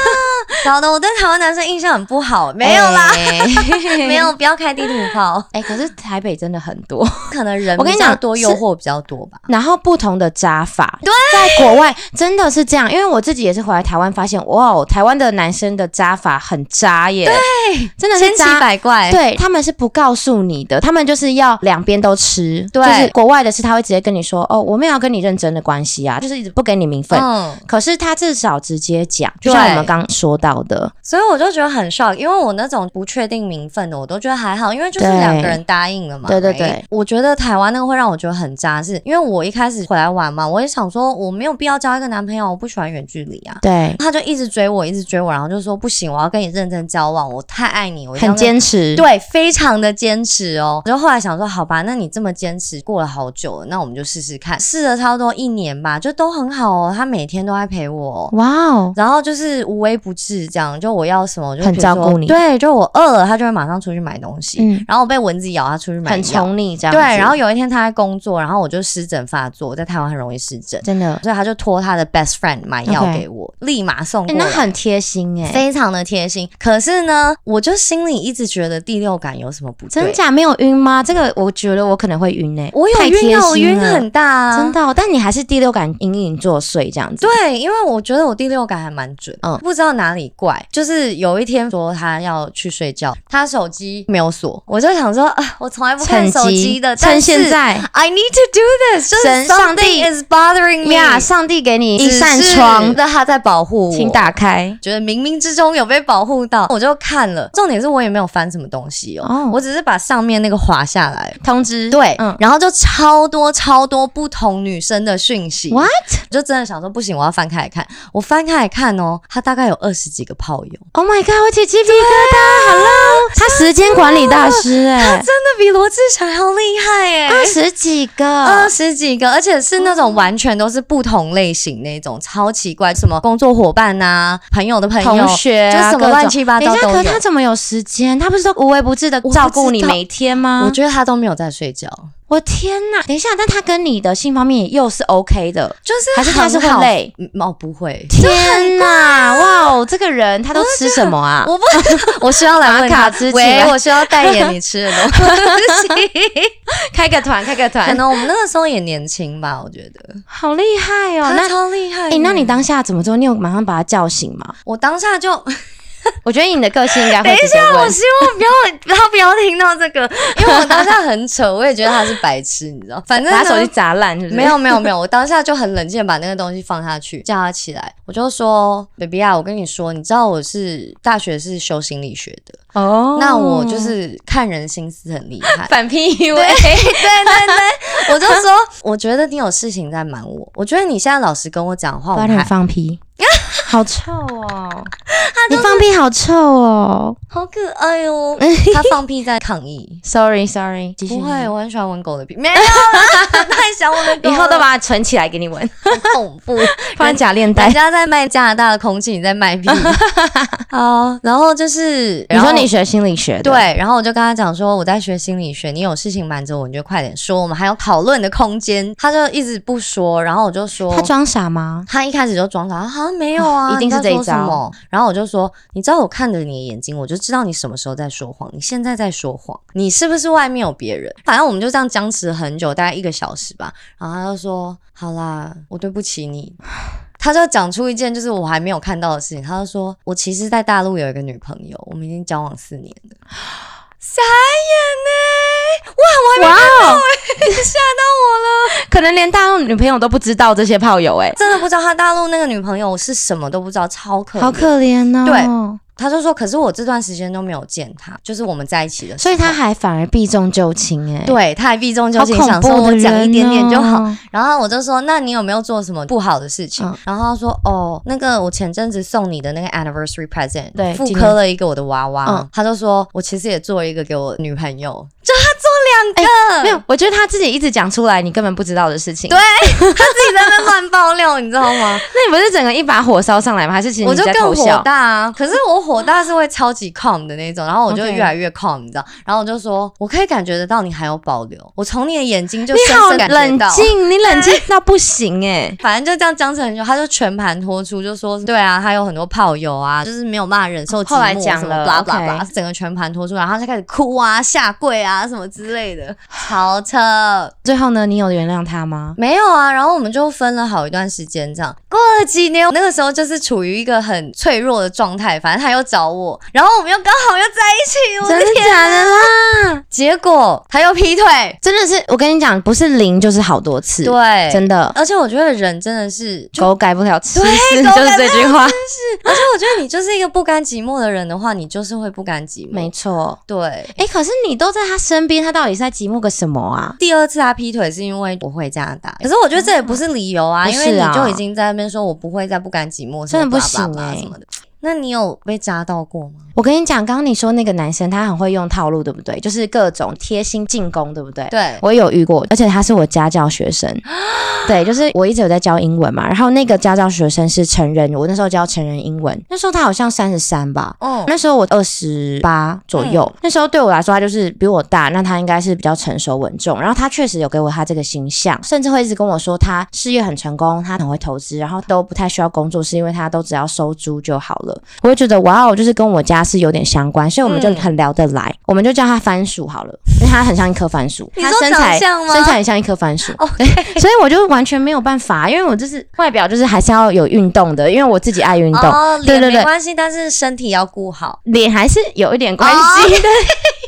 Speaker 2: 搞得我对台湾男生印象很不好，没有啦，
Speaker 1: 哎
Speaker 2: 没有，不要开地图炮，
Speaker 1: 哎、可是台北真的很多，
Speaker 2: 可能人
Speaker 1: 我跟你
Speaker 2: 比较
Speaker 1: 讲
Speaker 2: 多
Speaker 1: 是
Speaker 2: 诱惑比较多吧。
Speaker 1: 然后不同的扎法，对，在国外真的是这样，因为我自己也是回来台湾发现，哇哦，台湾的男生的扎法很扎耶，对，真的
Speaker 2: 千
Speaker 1: 是
Speaker 2: 奇
Speaker 1: 扎。
Speaker 2: 百怪，
Speaker 1: 对他们是不告诉你的，他们就是要两边都吃。
Speaker 2: 对
Speaker 1: 就是国外的是他会直接跟你说，哦，我们要跟你认真的关系啊，就是一直不给你名分。
Speaker 2: 嗯，
Speaker 1: 可是他至少直接讲，就像
Speaker 2: 对
Speaker 1: 我们刚说到的，
Speaker 2: 所以我就觉得很 shock，因为我那种不确定名分的，我都觉得还好，因为就是
Speaker 1: 对
Speaker 2: 两个人答应了嘛。
Speaker 1: 对对
Speaker 2: right？
Speaker 1: 对
Speaker 2: 我觉得台湾那个会让我觉得很渣，是因为我一开始回来玩嘛，我也想说我没有必要交一个男朋友，我不喜欢远距离啊。
Speaker 1: 对，
Speaker 2: 他就一直追我，一直追我，然后就说不行，我要跟你认真交往，我太爱你，我一定要
Speaker 1: 很
Speaker 2: 跟
Speaker 1: 坚持。
Speaker 2: 对，非常的坚持哦。然后后来想说，好吧，那你这么坚持，过了好久了，那我们就试试看，试了差不多一年吧，就都很好哦。他每天都在陪我哦、
Speaker 1: 哇哦，
Speaker 2: 然后就是无微不至，这样就我要什么就
Speaker 1: 很
Speaker 2: 比如说
Speaker 1: 照顾你
Speaker 2: 对，就我饿了，他就会马上出去买东西。
Speaker 1: 嗯，
Speaker 2: 然后我被蚊子咬，他出去买
Speaker 1: 很
Speaker 2: 药。
Speaker 1: 宠你这样
Speaker 2: 对，
Speaker 1: 子。
Speaker 2: 然后有一天他在工作，然后我就湿疹发作，在台湾很容易湿疹，
Speaker 1: 真的，
Speaker 2: 所以他就托他的 best friend 买药
Speaker 1: OK
Speaker 2: 给我立马送
Speaker 1: 哎
Speaker 2: 过来。
Speaker 1: 那很贴心哎，
Speaker 2: 非常的贴心，可是呢，我就心里一直觉得第六感有什么不对，
Speaker 1: 真假没有晕吗？这个我觉得我可能会晕诶、
Speaker 2: 我有
Speaker 1: 太贴
Speaker 2: 晕啊，我
Speaker 1: 心
Speaker 2: 晕
Speaker 1: 了
Speaker 2: 很大啊，
Speaker 1: 真的哦、但你还是第六感隐隐作祟这样子。
Speaker 2: 对，啊因为我觉得我第六感还蛮准，嗯
Speaker 1: 嗯，
Speaker 2: 不知道哪里怪，就是有一天说他要去睡觉，他手机没有锁，我就想说啊，我从来不看
Speaker 1: 趁
Speaker 2: 手机
Speaker 1: 机
Speaker 2: 的，但
Speaker 1: 趁
Speaker 2: 是
Speaker 1: 现在
Speaker 2: I need to do this，就是
Speaker 1: 神上帝
Speaker 2: something is bothering me，
Speaker 1: 呀上帝给你一
Speaker 2: 只
Speaker 1: 扇
Speaker 2: 是
Speaker 1: 窗，
Speaker 2: 那他在保护我，
Speaker 1: 请打开。
Speaker 2: 觉得冥冥之中有被保护到，我就看了。重点是我也没有翻什么东西哦，
Speaker 1: 哦
Speaker 2: 我只是把上面那个滑下来。
Speaker 1: 通知
Speaker 2: 对，
Speaker 1: 嗯
Speaker 2: 然后就超多超多不同女生的讯息，我
Speaker 1: ，what？
Speaker 2: 就真的想说不行，我要翻开来看。我翻开来看哦，他大概有二十几个炮 友，
Speaker 1: Oh my god！我起鸡皮疙
Speaker 2: 啊
Speaker 1: 瘩，Hello，他时间管理大师哎、
Speaker 2: 真的比罗志祥还要厉害耶！
Speaker 1: 二十几
Speaker 2: 二
Speaker 1: 个，
Speaker 2: 十几个，而且是那种完全都是不同类型那种，超奇怪，什么工作伙伴呐、朋友的朋友，
Speaker 1: 同学
Speaker 2: 就
Speaker 1: 啊
Speaker 2: 什
Speaker 1: 各
Speaker 2: 么
Speaker 1: 种
Speaker 2: 乱七八
Speaker 1: 等
Speaker 2: 糟
Speaker 1: 一下，
Speaker 2: 都
Speaker 1: 可
Speaker 2: 有
Speaker 1: 他。怎么有时间？他不是都无微不至的
Speaker 2: 我不
Speaker 1: 照顾
Speaker 2: 知
Speaker 1: 你
Speaker 2: 道
Speaker 1: 每天吗
Speaker 2: 我？觉得他都没有在睡觉，
Speaker 1: 我天哪！等一下，但他跟你的性方面又是 OK 的，
Speaker 2: 就是
Speaker 1: 还是他是
Speaker 2: 很好
Speaker 1: 会累？
Speaker 2: 嗯哦，不会，
Speaker 1: 天哪！哇哦，这个人他都吃什么啊？
Speaker 2: 我不，我需要来问
Speaker 1: 卡
Speaker 2: 他
Speaker 1: 之，起
Speaker 2: 喂
Speaker 1: 来，
Speaker 2: 我需要代言你吃的 东西。
Speaker 1: 开个团，开个
Speaker 2: 可
Speaker 1: 团，
Speaker 2: 能我们那个时候也年轻吧，我觉得。
Speaker 1: 好厉害哦！
Speaker 2: 他
Speaker 1: 那
Speaker 2: 超厉害
Speaker 1: 哎、
Speaker 2: 的
Speaker 1: 那你当下怎么做？你有马上把他叫醒吗？
Speaker 2: 我当 下就，
Speaker 1: 我觉得你的个性应该会
Speaker 2: 等一
Speaker 1: 直接
Speaker 2: 下，我
Speaker 1: 问。
Speaker 2: 希望不要他不要听到 这个，因为我当下很丑，我也觉得他是白痴，你知道？反正
Speaker 1: 把
Speaker 2: 呢
Speaker 1: 他手机砸烂，是不是？
Speaker 2: 没有没有没有，我当下就很冷静地把那个东西放下去，叫他起来，我就说：“baby 啊，我跟你说，你知道我是大学是修心理学的，
Speaker 1: 哦
Speaker 2: 那我就是看人心思很厉害。”
Speaker 1: 反 PUA
Speaker 2: 对 对对 对，我就说，我觉得你有事情在瞒我。我觉得你现在老实跟我讲话，我
Speaker 1: 把你
Speaker 2: 还
Speaker 1: 放 屁，好臭哦！你放屁好臭哦
Speaker 2: 好可爱 哦。他放屁在抗议，
Speaker 1: ！Sorry Sorry，继续
Speaker 2: 不会，我很喜欢闻狗的屁，没有啦，太想闻 狗
Speaker 1: 以
Speaker 2: 了，
Speaker 1: 后都把它存起来给你闻，
Speaker 2: 恐 怖。
Speaker 1: 放在假链
Speaker 2: 人
Speaker 1: 袋。
Speaker 2: 家在卖加拿大的空气，你在 卖屁。好，然后就是，
Speaker 1: 你
Speaker 2: 然后
Speaker 1: 说你学心理学的，
Speaker 2: 对，，然后我就跟他讲说，我在学心理学，你有事情瞒着我，你就快点说，我们还有讨论的空间。他就一直不说，然后我就说，
Speaker 1: 他装傻吗？
Speaker 2: 他一开始就装傻，啊，没有啊，
Speaker 1: 啊一定是
Speaker 2: 你在说
Speaker 1: 这一招
Speaker 2: 什么。然后我就说，你知道我看着你的眼睛，我就知道你什么时候在说谎，你现在在说谎，你是不是外面有别人？反正我们就这样僵持很久，大概一个小时吧。然后他就说，好啦，我对不起你。 他就讲出一件就是我还没有看到的事情，他就说我其实，在大陆有一个女朋友，我们已经交往四年了。傻眼呢、哇，我还没看到、欸，吓到我了。
Speaker 1: 哦可能连大陆女朋友都不知道这些炮友，哎，
Speaker 2: 真的不知道他大陆那个女朋友是什么都不知道，超可怜
Speaker 1: 好可怜哦。
Speaker 2: 他就说，可是我这段时间都没有见他，就是我们在一起的时
Speaker 1: 所
Speaker 2: 候，
Speaker 1: 以他还反而避重就轻，哎，，
Speaker 2: 对他还避重就
Speaker 1: 好
Speaker 2: 轻，
Speaker 1: 恐
Speaker 2: 想说
Speaker 1: 怖的哦
Speaker 2: 我讲一点点就好。
Speaker 1: 人哦。
Speaker 2: 然后我就说，那你有没有做什么不好的事情？
Speaker 1: 嗯
Speaker 2: 然后他说，哦，那个我前阵子送你的那个 anniversary present，
Speaker 1: 对
Speaker 2: 复
Speaker 1: 纪念
Speaker 2: 刻了一个我的娃娃。
Speaker 1: 嗯
Speaker 2: 他就说我其实也做了一个给我女朋友，
Speaker 1: 没有，我觉得他自己一直讲出来你根本不知道的事情。
Speaker 2: 嗯对他自己在那边乱爆料，你知道 吗？
Speaker 1: 那你不是整个一把火烧上来吗？还是其实
Speaker 2: 我
Speaker 1: 你
Speaker 2: 就
Speaker 1: 在
Speaker 2: 更
Speaker 1: 偷
Speaker 2: 火
Speaker 1: 笑？
Speaker 2: 大啊！可是我火大是会超级 calm 的那种，然后我就
Speaker 1: OK
Speaker 2: 越来越 calm，你知道？然后我就说，我可以感觉得到你还有保留，我从你的眼睛就
Speaker 1: 你
Speaker 2: 深
Speaker 1: 好
Speaker 2: 深感觉
Speaker 1: 冷
Speaker 2: 到。
Speaker 1: 静，你冷静到不行哎、
Speaker 2: 反正就这样僵持很久，他就全盘托出，就说对啊，他有很多炮友啊，就是没有办法忍受寂寞
Speaker 1: 哦后来讲了
Speaker 2: 什么 blah blah
Speaker 1: OK
Speaker 2: blah，整个全盘托出，然后他就开始哭啊、下跪啊什么之类的，超扯。
Speaker 1: 最后呢，你有原谅他吗？
Speaker 2: 没有啊，然后我们就分了好一段时间，这样过了几年，我那个时候就是处于一个很脆弱的状态，反正他又找我，然后我们又刚好又在一起，我
Speaker 1: 真的
Speaker 2: 天啊
Speaker 1: 假的啦？
Speaker 2: 结果他又劈腿，
Speaker 1: 真的是，我跟你讲，不是零就是好多次，，
Speaker 2: 对，
Speaker 1: 真的，
Speaker 2: 而且我觉得人真的是，就
Speaker 1: 狗改不了吃
Speaker 2: 对
Speaker 1: 屎，
Speaker 2: 狗改不
Speaker 1: 就
Speaker 2: 了
Speaker 1: 是这句话，
Speaker 2: 而且我觉得你就是一个不甘寂寞的人的话，你就是会不甘寂寞，
Speaker 1: 没错。
Speaker 2: 对。
Speaker 1: 哎、可是你都在他身边，他到底是在寂寞个什么啊？
Speaker 2: 第二次他劈腿是因为我回加拿大，可是我觉得这也不是理由啊，
Speaker 1: 不
Speaker 2: 因为
Speaker 1: 是啊
Speaker 2: 你就已经在那边说我不会再不甘寂寞，
Speaker 1: 真的不行
Speaker 2: 哎、
Speaker 1: 欸
Speaker 2: 什么的。那你有被扎到过吗？
Speaker 1: 我跟你讲，刚刚你说那个男生他很会用套路，对不对？就是各种贴心进攻，对不对？
Speaker 2: 对，
Speaker 1: 我有遇过，而且他是我家教学 生，对，就是我一直有在教英文嘛，然后那个家教学生是成人，我那时候教成人英文，那时候他好像三十三吧。
Speaker 2: 嗯，
Speaker 1: 那时候我二十八左右，那时候对我来说他就是比我大，那他应该是比较成熟稳重。然后他确实有给我他这个形象，甚至会一直跟我说他事业很成功，他很会投资，然后都不太需要工作，是因为他都只要收租就好了。我会觉得哇哦，就是跟我家是有点相关，所以我们就
Speaker 2: 嗯
Speaker 1: 很聊得来，我们就叫他番薯好了， 因为他很像一颗番薯，
Speaker 2: 你
Speaker 1: 他
Speaker 2: 说
Speaker 1: 身
Speaker 2: 长
Speaker 1: 材
Speaker 2: 相吗
Speaker 1: 身材很像一颗番薯
Speaker 2: OK
Speaker 1: 对 所以我就完全没有办法，因为我就是外表就是还是要有运动的，因为我自己爱运动。
Speaker 2: 哦，
Speaker 1: 对
Speaker 2: 脸
Speaker 1: 对对
Speaker 2: 没关系，但是身体要顾好。
Speaker 1: 脸还是有一点关系
Speaker 2: 哦
Speaker 1: 的，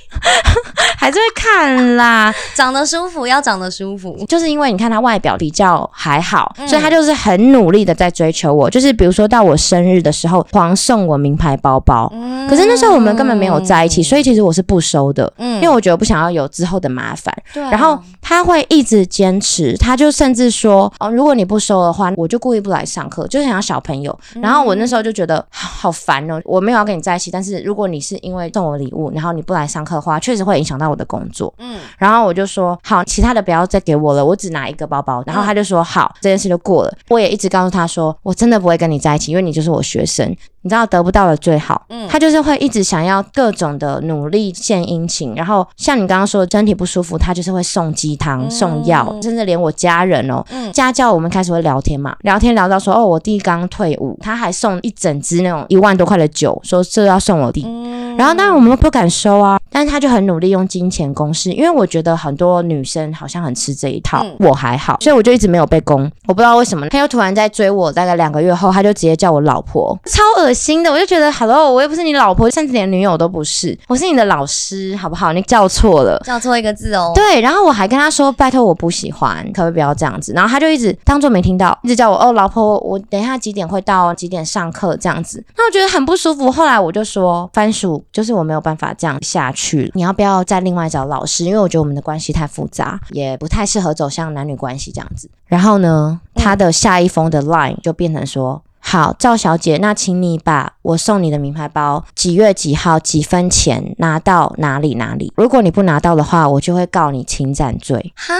Speaker 1: 还是会看啦。
Speaker 2: 长得舒服要长得舒服。
Speaker 1: 就是因为你看他外表比较还好，
Speaker 2: 嗯
Speaker 1: 所以他就是很努力的在追求我。就是比如说到我生日的时候，狂送我名牌包包。
Speaker 2: 嗯
Speaker 1: 可是那时候我们根本没有在一起，所
Speaker 2: 以
Speaker 1: 以其实我是不收的。
Speaker 2: 嗯
Speaker 1: 因为我觉得不想要有之后的麻烦，
Speaker 2: 对啊
Speaker 1: 然后他会一直坚持，他就甚至说，哦，如果你不收的话，我就故意不来上课，就是想要小朋友。
Speaker 2: 嗯
Speaker 1: 然后我那时候就觉得啊好烦哦，我没有要跟你在一起，但是如果你是因为送我礼物，然后你不来上课的话，确实会影响到我的工作。
Speaker 2: 嗯
Speaker 1: 然后我就说好，其他的不要再给我了，我只拿一个包包。然后他就说好，这件事就过了。我也一直告诉他说，我真的不会跟你在一起，因为你就是我学生。你知道得不到的最好，
Speaker 2: 嗯
Speaker 1: 他就是会一直想要各种的努力献殷勤，然后像你刚刚说的身体不舒服，他就是会送鸡汤、
Speaker 2: 嗯
Speaker 1: 送药，甚至连我家人哦，
Speaker 2: 嗯
Speaker 1: 家教我们开始会聊天嘛，聊天聊到说哦，我弟刚退伍，他还送一整支那种一万多块的酒，说这要送我弟，
Speaker 2: 嗯
Speaker 1: 然后当然我们不敢收啊，但是他就很努力用金钱攻势，因为我觉得很多女生好像很吃这一套，
Speaker 2: 嗯
Speaker 1: 我还好，所以我就一直没有被攻。我不知道为什么，他又突然在追我，大概两个月后，他就直接叫我老婆，超恶心的。我就觉得，Hello，我又不是你老婆，甚至连女友都不是，我是你的老师，好不好？你叫错了。
Speaker 2: 叫错一个字哦，
Speaker 1: 对，然后我还跟他说：“拜托，我不喜欢，可不可以不要这样子？”然后他就一直当做没听到，一直叫我：“哦，老婆，我等一下几点会到，几点上课这样子。”那我觉得很不舒服。后来我就说：“番薯，就是我没有办法这样下去了，你要不要再另外找老师？因为我觉得我们的关系太复杂，也不太适合走向男女关系这样子。”然后呢，他的下一封的 line 就变成说。好，赵小姐，那请你把我送你的名牌包几月几号几分钱拿到哪里哪里。如果你不拿到的话，我就会告你侵占罪。
Speaker 2: 哈，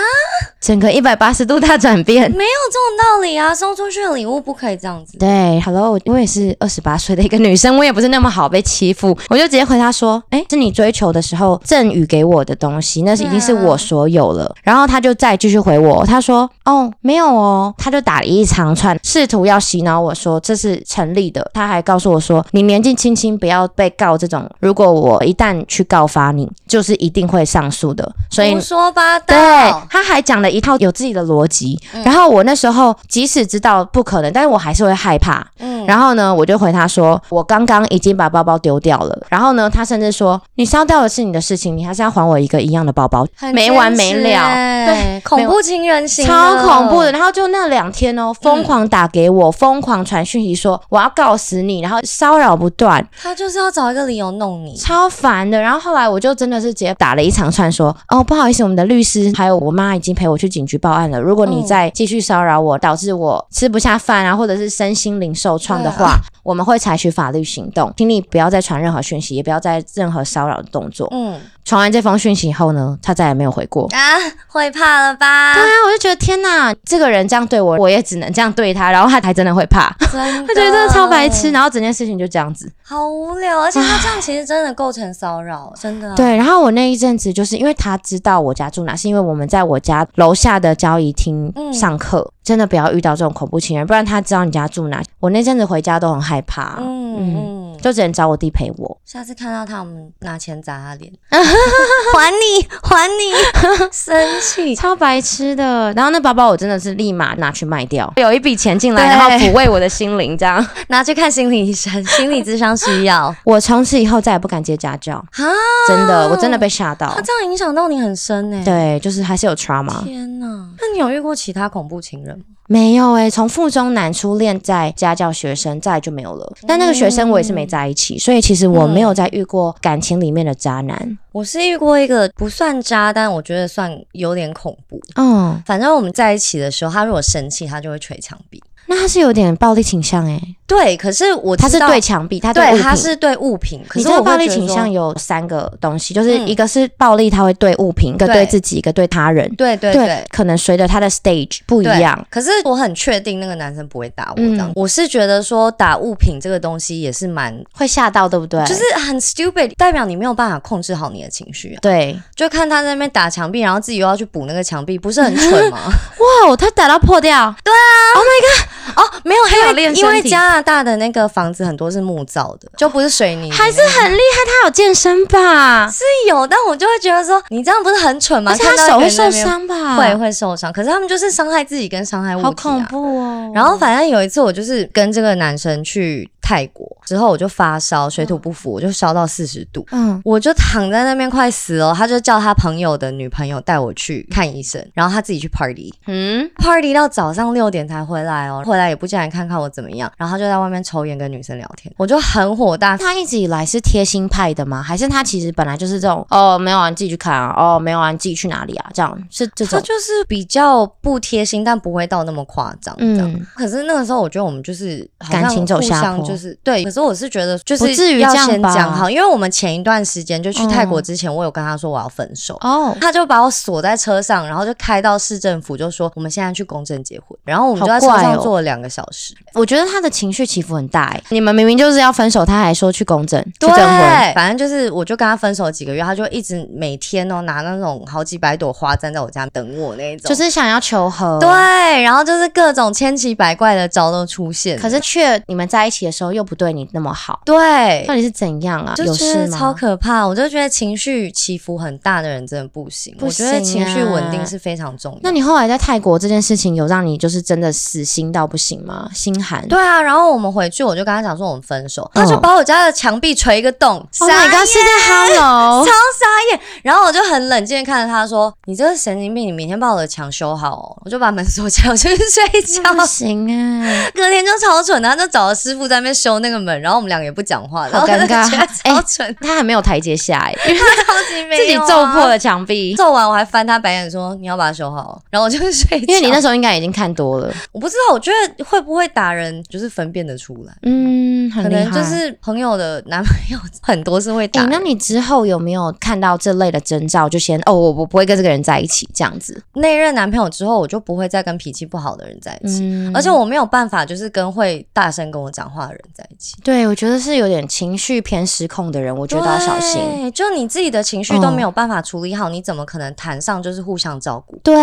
Speaker 1: 整个一百八十度大转变。
Speaker 2: 没有这种道理啊，送出去的礼物不可以这样子。
Speaker 1: 对，Hello，我我也是二十八岁的一个女生，我也不是那么好被欺负，我就直接回他说，哎，是你追求的时候赠予给我的东西，那是已经是我所有了。然后他就再继续回我，他说，哦，没有哦，他就打了一长串，试图要洗脑我说这是成立的。他还告诉我说，你年纪轻轻不要被告这种，如果我一旦去告发你，就是一定会上诉的，所以
Speaker 2: 胡说八
Speaker 1: 对嗯
Speaker 2: 道，，
Speaker 1: 他还讲了一套有自己的逻辑。然后我那时候即使知道不可能，但是我还是会害怕。
Speaker 2: 嗯，
Speaker 1: 然后呢，我就回他说，我刚刚已经把包包丢掉了。然后呢，他甚至说，你烧掉的是你的事情，你还是要还我一个一样的包包，
Speaker 2: 很
Speaker 1: 没完没
Speaker 2: 坚持
Speaker 1: 了。
Speaker 2: 欸
Speaker 1: 对
Speaker 2: 恐怖情人哦型，
Speaker 1: 超恐怖的，。然后就那两天哦，疯狂打给我，疯狂传讯息说我要告死你，然后骚扰不断，
Speaker 2: 他就是要找一个理由弄你，
Speaker 1: 超烦的。然后后来我就真的是直接打了一长串说，哦，不好意思，我们的律师还有我妈已经陪我去警局报案了。如果你
Speaker 2: 嗯
Speaker 1: 再继续骚扰我，导致我吃不下饭啊，或者是身心灵受创的话，我们会采取法律行动，请你不要再传任何讯息，也不要再任何骚扰的动作。
Speaker 2: 嗯
Speaker 1: 传完这封讯息后呢，他再也没有回过。
Speaker 2: 啊，会怕了吧？
Speaker 1: 对啊，我就觉得天哪，这个人这样对我，我也只能这样对他，然后他还真的会怕，
Speaker 2: 真
Speaker 1: 他
Speaker 2: 的，
Speaker 1: 觉得真的超白痴，，然后整件事情就这样子。
Speaker 2: 好无聊，而且他这样其实真的构成骚扰，真的。，啊
Speaker 1: 对，然后我那一阵子就是因为他知道我家住哪，是因为我们在我家楼下的交易厅
Speaker 2: 嗯
Speaker 1: 上课，真的不要遇到这种恐怖情人，不然他知道你家住哪，我那阵子回家都很害怕，嗯，
Speaker 2: 嗯嗯，
Speaker 1: 就只能找我弟陪我。
Speaker 2: 下次看到他，我们拿钱砸他 脸，还你，还你， 生气。
Speaker 1: 超白痴的，然后那包包我真的是立马拿去卖掉，有一笔钱进来，
Speaker 2: 对
Speaker 1: 然后抚慰我的心灵。这 样，
Speaker 2: 拿去看心理医生，心理智商 需要
Speaker 1: 我从此以后再也不敢接家教，
Speaker 2: 啊！
Speaker 1: 真的，我真的被吓到
Speaker 2: 他。这样影响到你很深欸呢、，
Speaker 1: 对，就是还是有 trauma。
Speaker 2: 天哪！啊那你有遇过其他恐怖情人吗？
Speaker 1: 没有诶、从附中男初恋在家教学生，再来就没有了。但那个学生我也是没在一起，所以其实我没有再遇过感情里面的渣男。
Speaker 2: 我是遇过一个不算渣，但我觉得算有点恐怖。
Speaker 1: 嗯，
Speaker 2: 反正我们在一起的时候，他如果生气，他就会捶墙壁。
Speaker 1: 那他是有点暴力倾向诶、欸
Speaker 2: 对，可是我
Speaker 1: 他
Speaker 2: 知
Speaker 1: 是
Speaker 2: 道
Speaker 1: 对墙壁，他物
Speaker 2: 对，
Speaker 1: 品
Speaker 2: 他。是对物品。可
Speaker 1: 你
Speaker 2: 是
Speaker 1: 这个
Speaker 2: 我
Speaker 1: 暴
Speaker 2: 会
Speaker 1: 力
Speaker 2: 觉得
Speaker 1: 倾
Speaker 2: 说
Speaker 1: 向有三个东西，就是
Speaker 2: 嗯
Speaker 1: 一个是暴力，他会对物品，一个
Speaker 2: 对
Speaker 1: 对自己，一个对他人。
Speaker 2: 对对对。
Speaker 1: 可能随着他的 stage 不一
Speaker 2: 对
Speaker 1: 样。。
Speaker 2: 可是我很确定那个男生不会打我
Speaker 1: 嗯
Speaker 2: 这样。我是觉得说打物品这个东西也是蛮，
Speaker 1: 会吓到，对不对？
Speaker 2: 就是很 stupid，代表你没有办法控制好你的情绪啊。
Speaker 1: 对，
Speaker 2: 就看他在那边打墙壁，然后自己又要去补那个墙壁，不是很蠢吗？
Speaker 1: 哇，他打到破掉，Oh
Speaker 2: 哦，没有，还
Speaker 1: 啊有练身体
Speaker 2: 因为加拿大的那个房子很多是木造的，就不是水泥的那种，
Speaker 1: 还是很厉害。他有健身吧？
Speaker 2: 是有，但我就会觉得说，你这样不是很蠢吗？
Speaker 1: 而且
Speaker 2: 看
Speaker 1: 他
Speaker 2: 到
Speaker 1: 手会
Speaker 2: 一个人在
Speaker 1: 受
Speaker 2: 那边，
Speaker 1: 伤吧？
Speaker 2: 会会受伤。可是他们就是伤害自己跟伤害物体、啊，
Speaker 1: 好恐。怖哦！
Speaker 2: 然后反正有一次，我就是跟这个男生去泰国之后，我就发烧，水土不服，我就烧到四十度，
Speaker 1: 嗯，
Speaker 2: 我就躺在那边快死了。他就叫他朋友的女朋友带我去看医生，然后他自己去 party。
Speaker 1: 嗯
Speaker 2: party 到早上六点才回来哦，回来也不进来看看我怎么样，然后就在外面抽烟跟女生聊天，我就很火 大，
Speaker 1: 他一直以来是贴心派的吗？还是他其实本来就是这种哦，没有啊，你自己去看啊，哦，没有啊，你自己去哪里啊？这样是这
Speaker 2: 他
Speaker 1: 种，
Speaker 2: 就是比较不贴心，但不会到那么夸张这样。
Speaker 1: 嗯，
Speaker 2: 可是那个时候，我觉得我们就是好像
Speaker 1: 感情走
Speaker 2: 互
Speaker 1: 下坡
Speaker 2: 相就是对。可是所以我是觉得就
Speaker 1: 不至
Speaker 2: 是
Speaker 1: 于
Speaker 2: 要
Speaker 1: 这样
Speaker 2: 先
Speaker 1: 吧
Speaker 2: 讲好，因为我们前一段时间就去泰国
Speaker 1: 嗯
Speaker 2: 之前，我有跟他说我要分手。
Speaker 1: 哦，
Speaker 2: 他就把我锁在车上，然后就开到市政府，就说我们现在去公证结婚，然后我们就在车
Speaker 1: 好怪
Speaker 2: 上
Speaker 1: 哦
Speaker 2: 坐了两个小时，
Speaker 1: 我觉得他的情绪起伏很大哎、你们明明就是要分手，他还说去公证，去
Speaker 2: 对
Speaker 1: 征婚，，
Speaker 2: 反正就是我就跟他分手几个月，他就一直每天哦拿那种好几百朵花站在我家等我那一种，
Speaker 1: 就是想要求和。
Speaker 2: 对，，然后就是各种千奇百怪的招都出现，
Speaker 1: 可是却你们在一起的时候又不对你那么好，
Speaker 2: 对
Speaker 1: 到。底是怎样啊？
Speaker 2: 就
Speaker 1: 有
Speaker 2: 觉
Speaker 1: 事
Speaker 2: 得
Speaker 1: 吗？
Speaker 2: 超可怕，我就觉得情绪起伏很大的人真的不行。
Speaker 1: 不
Speaker 2: 我觉得
Speaker 1: 行
Speaker 2: 情绪稳定
Speaker 1: 啊
Speaker 2: 是非常重要。
Speaker 1: 那你后来在泰国这件事情，有让你就是真的死心到不行吗？心寒？
Speaker 2: 对啊，然后我们回去，我就跟他讲说我们分手，
Speaker 1: 嗯
Speaker 2: 他就把我家的墙壁捶一个洞，傻
Speaker 1: Oh my
Speaker 2: 眼
Speaker 1: god！是在 Hello，
Speaker 2: 然后我就很冷静的看着他说：“你这个神经病，你明天把我的墙修好哦。”我就把门锁起来，我就去睡觉。
Speaker 1: 不行哎、
Speaker 2: 隔天就超蠢的，他就找了师傅在那边修那个门，然后我们两个也不讲话，然
Speaker 1: 好
Speaker 2: 后
Speaker 1: 尴尬
Speaker 2: 我 就觉得超蠢，
Speaker 1: 他还没有台阶下哎、
Speaker 2: 超级没有
Speaker 1: 自
Speaker 2: 啊
Speaker 1: 己揍破。了墙壁。
Speaker 2: 揍完我还翻他白眼说：“你要把它修好哦。”然后我就去睡觉。
Speaker 1: 因为你那时候应该已经看多了，
Speaker 2: 我不知道，我觉得会不会打人就是分辨得出来，
Speaker 1: 嗯，很
Speaker 2: 可
Speaker 1: 厉害。
Speaker 2: 能就是朋友的男朋友很多是会打
Speaker 1: 哎、
Speaker 2: 人。
Speaker 1: 那你之后有没有看到这类的征兆，就先哦，我我不会跟这个人在一起这样子？
Speaker 2: 那一任男朋友之后，我就不会再跟脾气不好的人在一起。
Speaker 1: 嗯，
Speaker 2: 而且我没有办法，就是跟会大声跟我讲话的人在一起，
Speaker 1: 对我觉得是有点情绪偏失控的人，我觉得要小心。
Speaker 2: 对。就你自己的情绪都
Speaker 1: 嗯
Speaker 2: 没有办法处理好，你怎么可能谈上就是互相照顾？
Speaker 1: 对，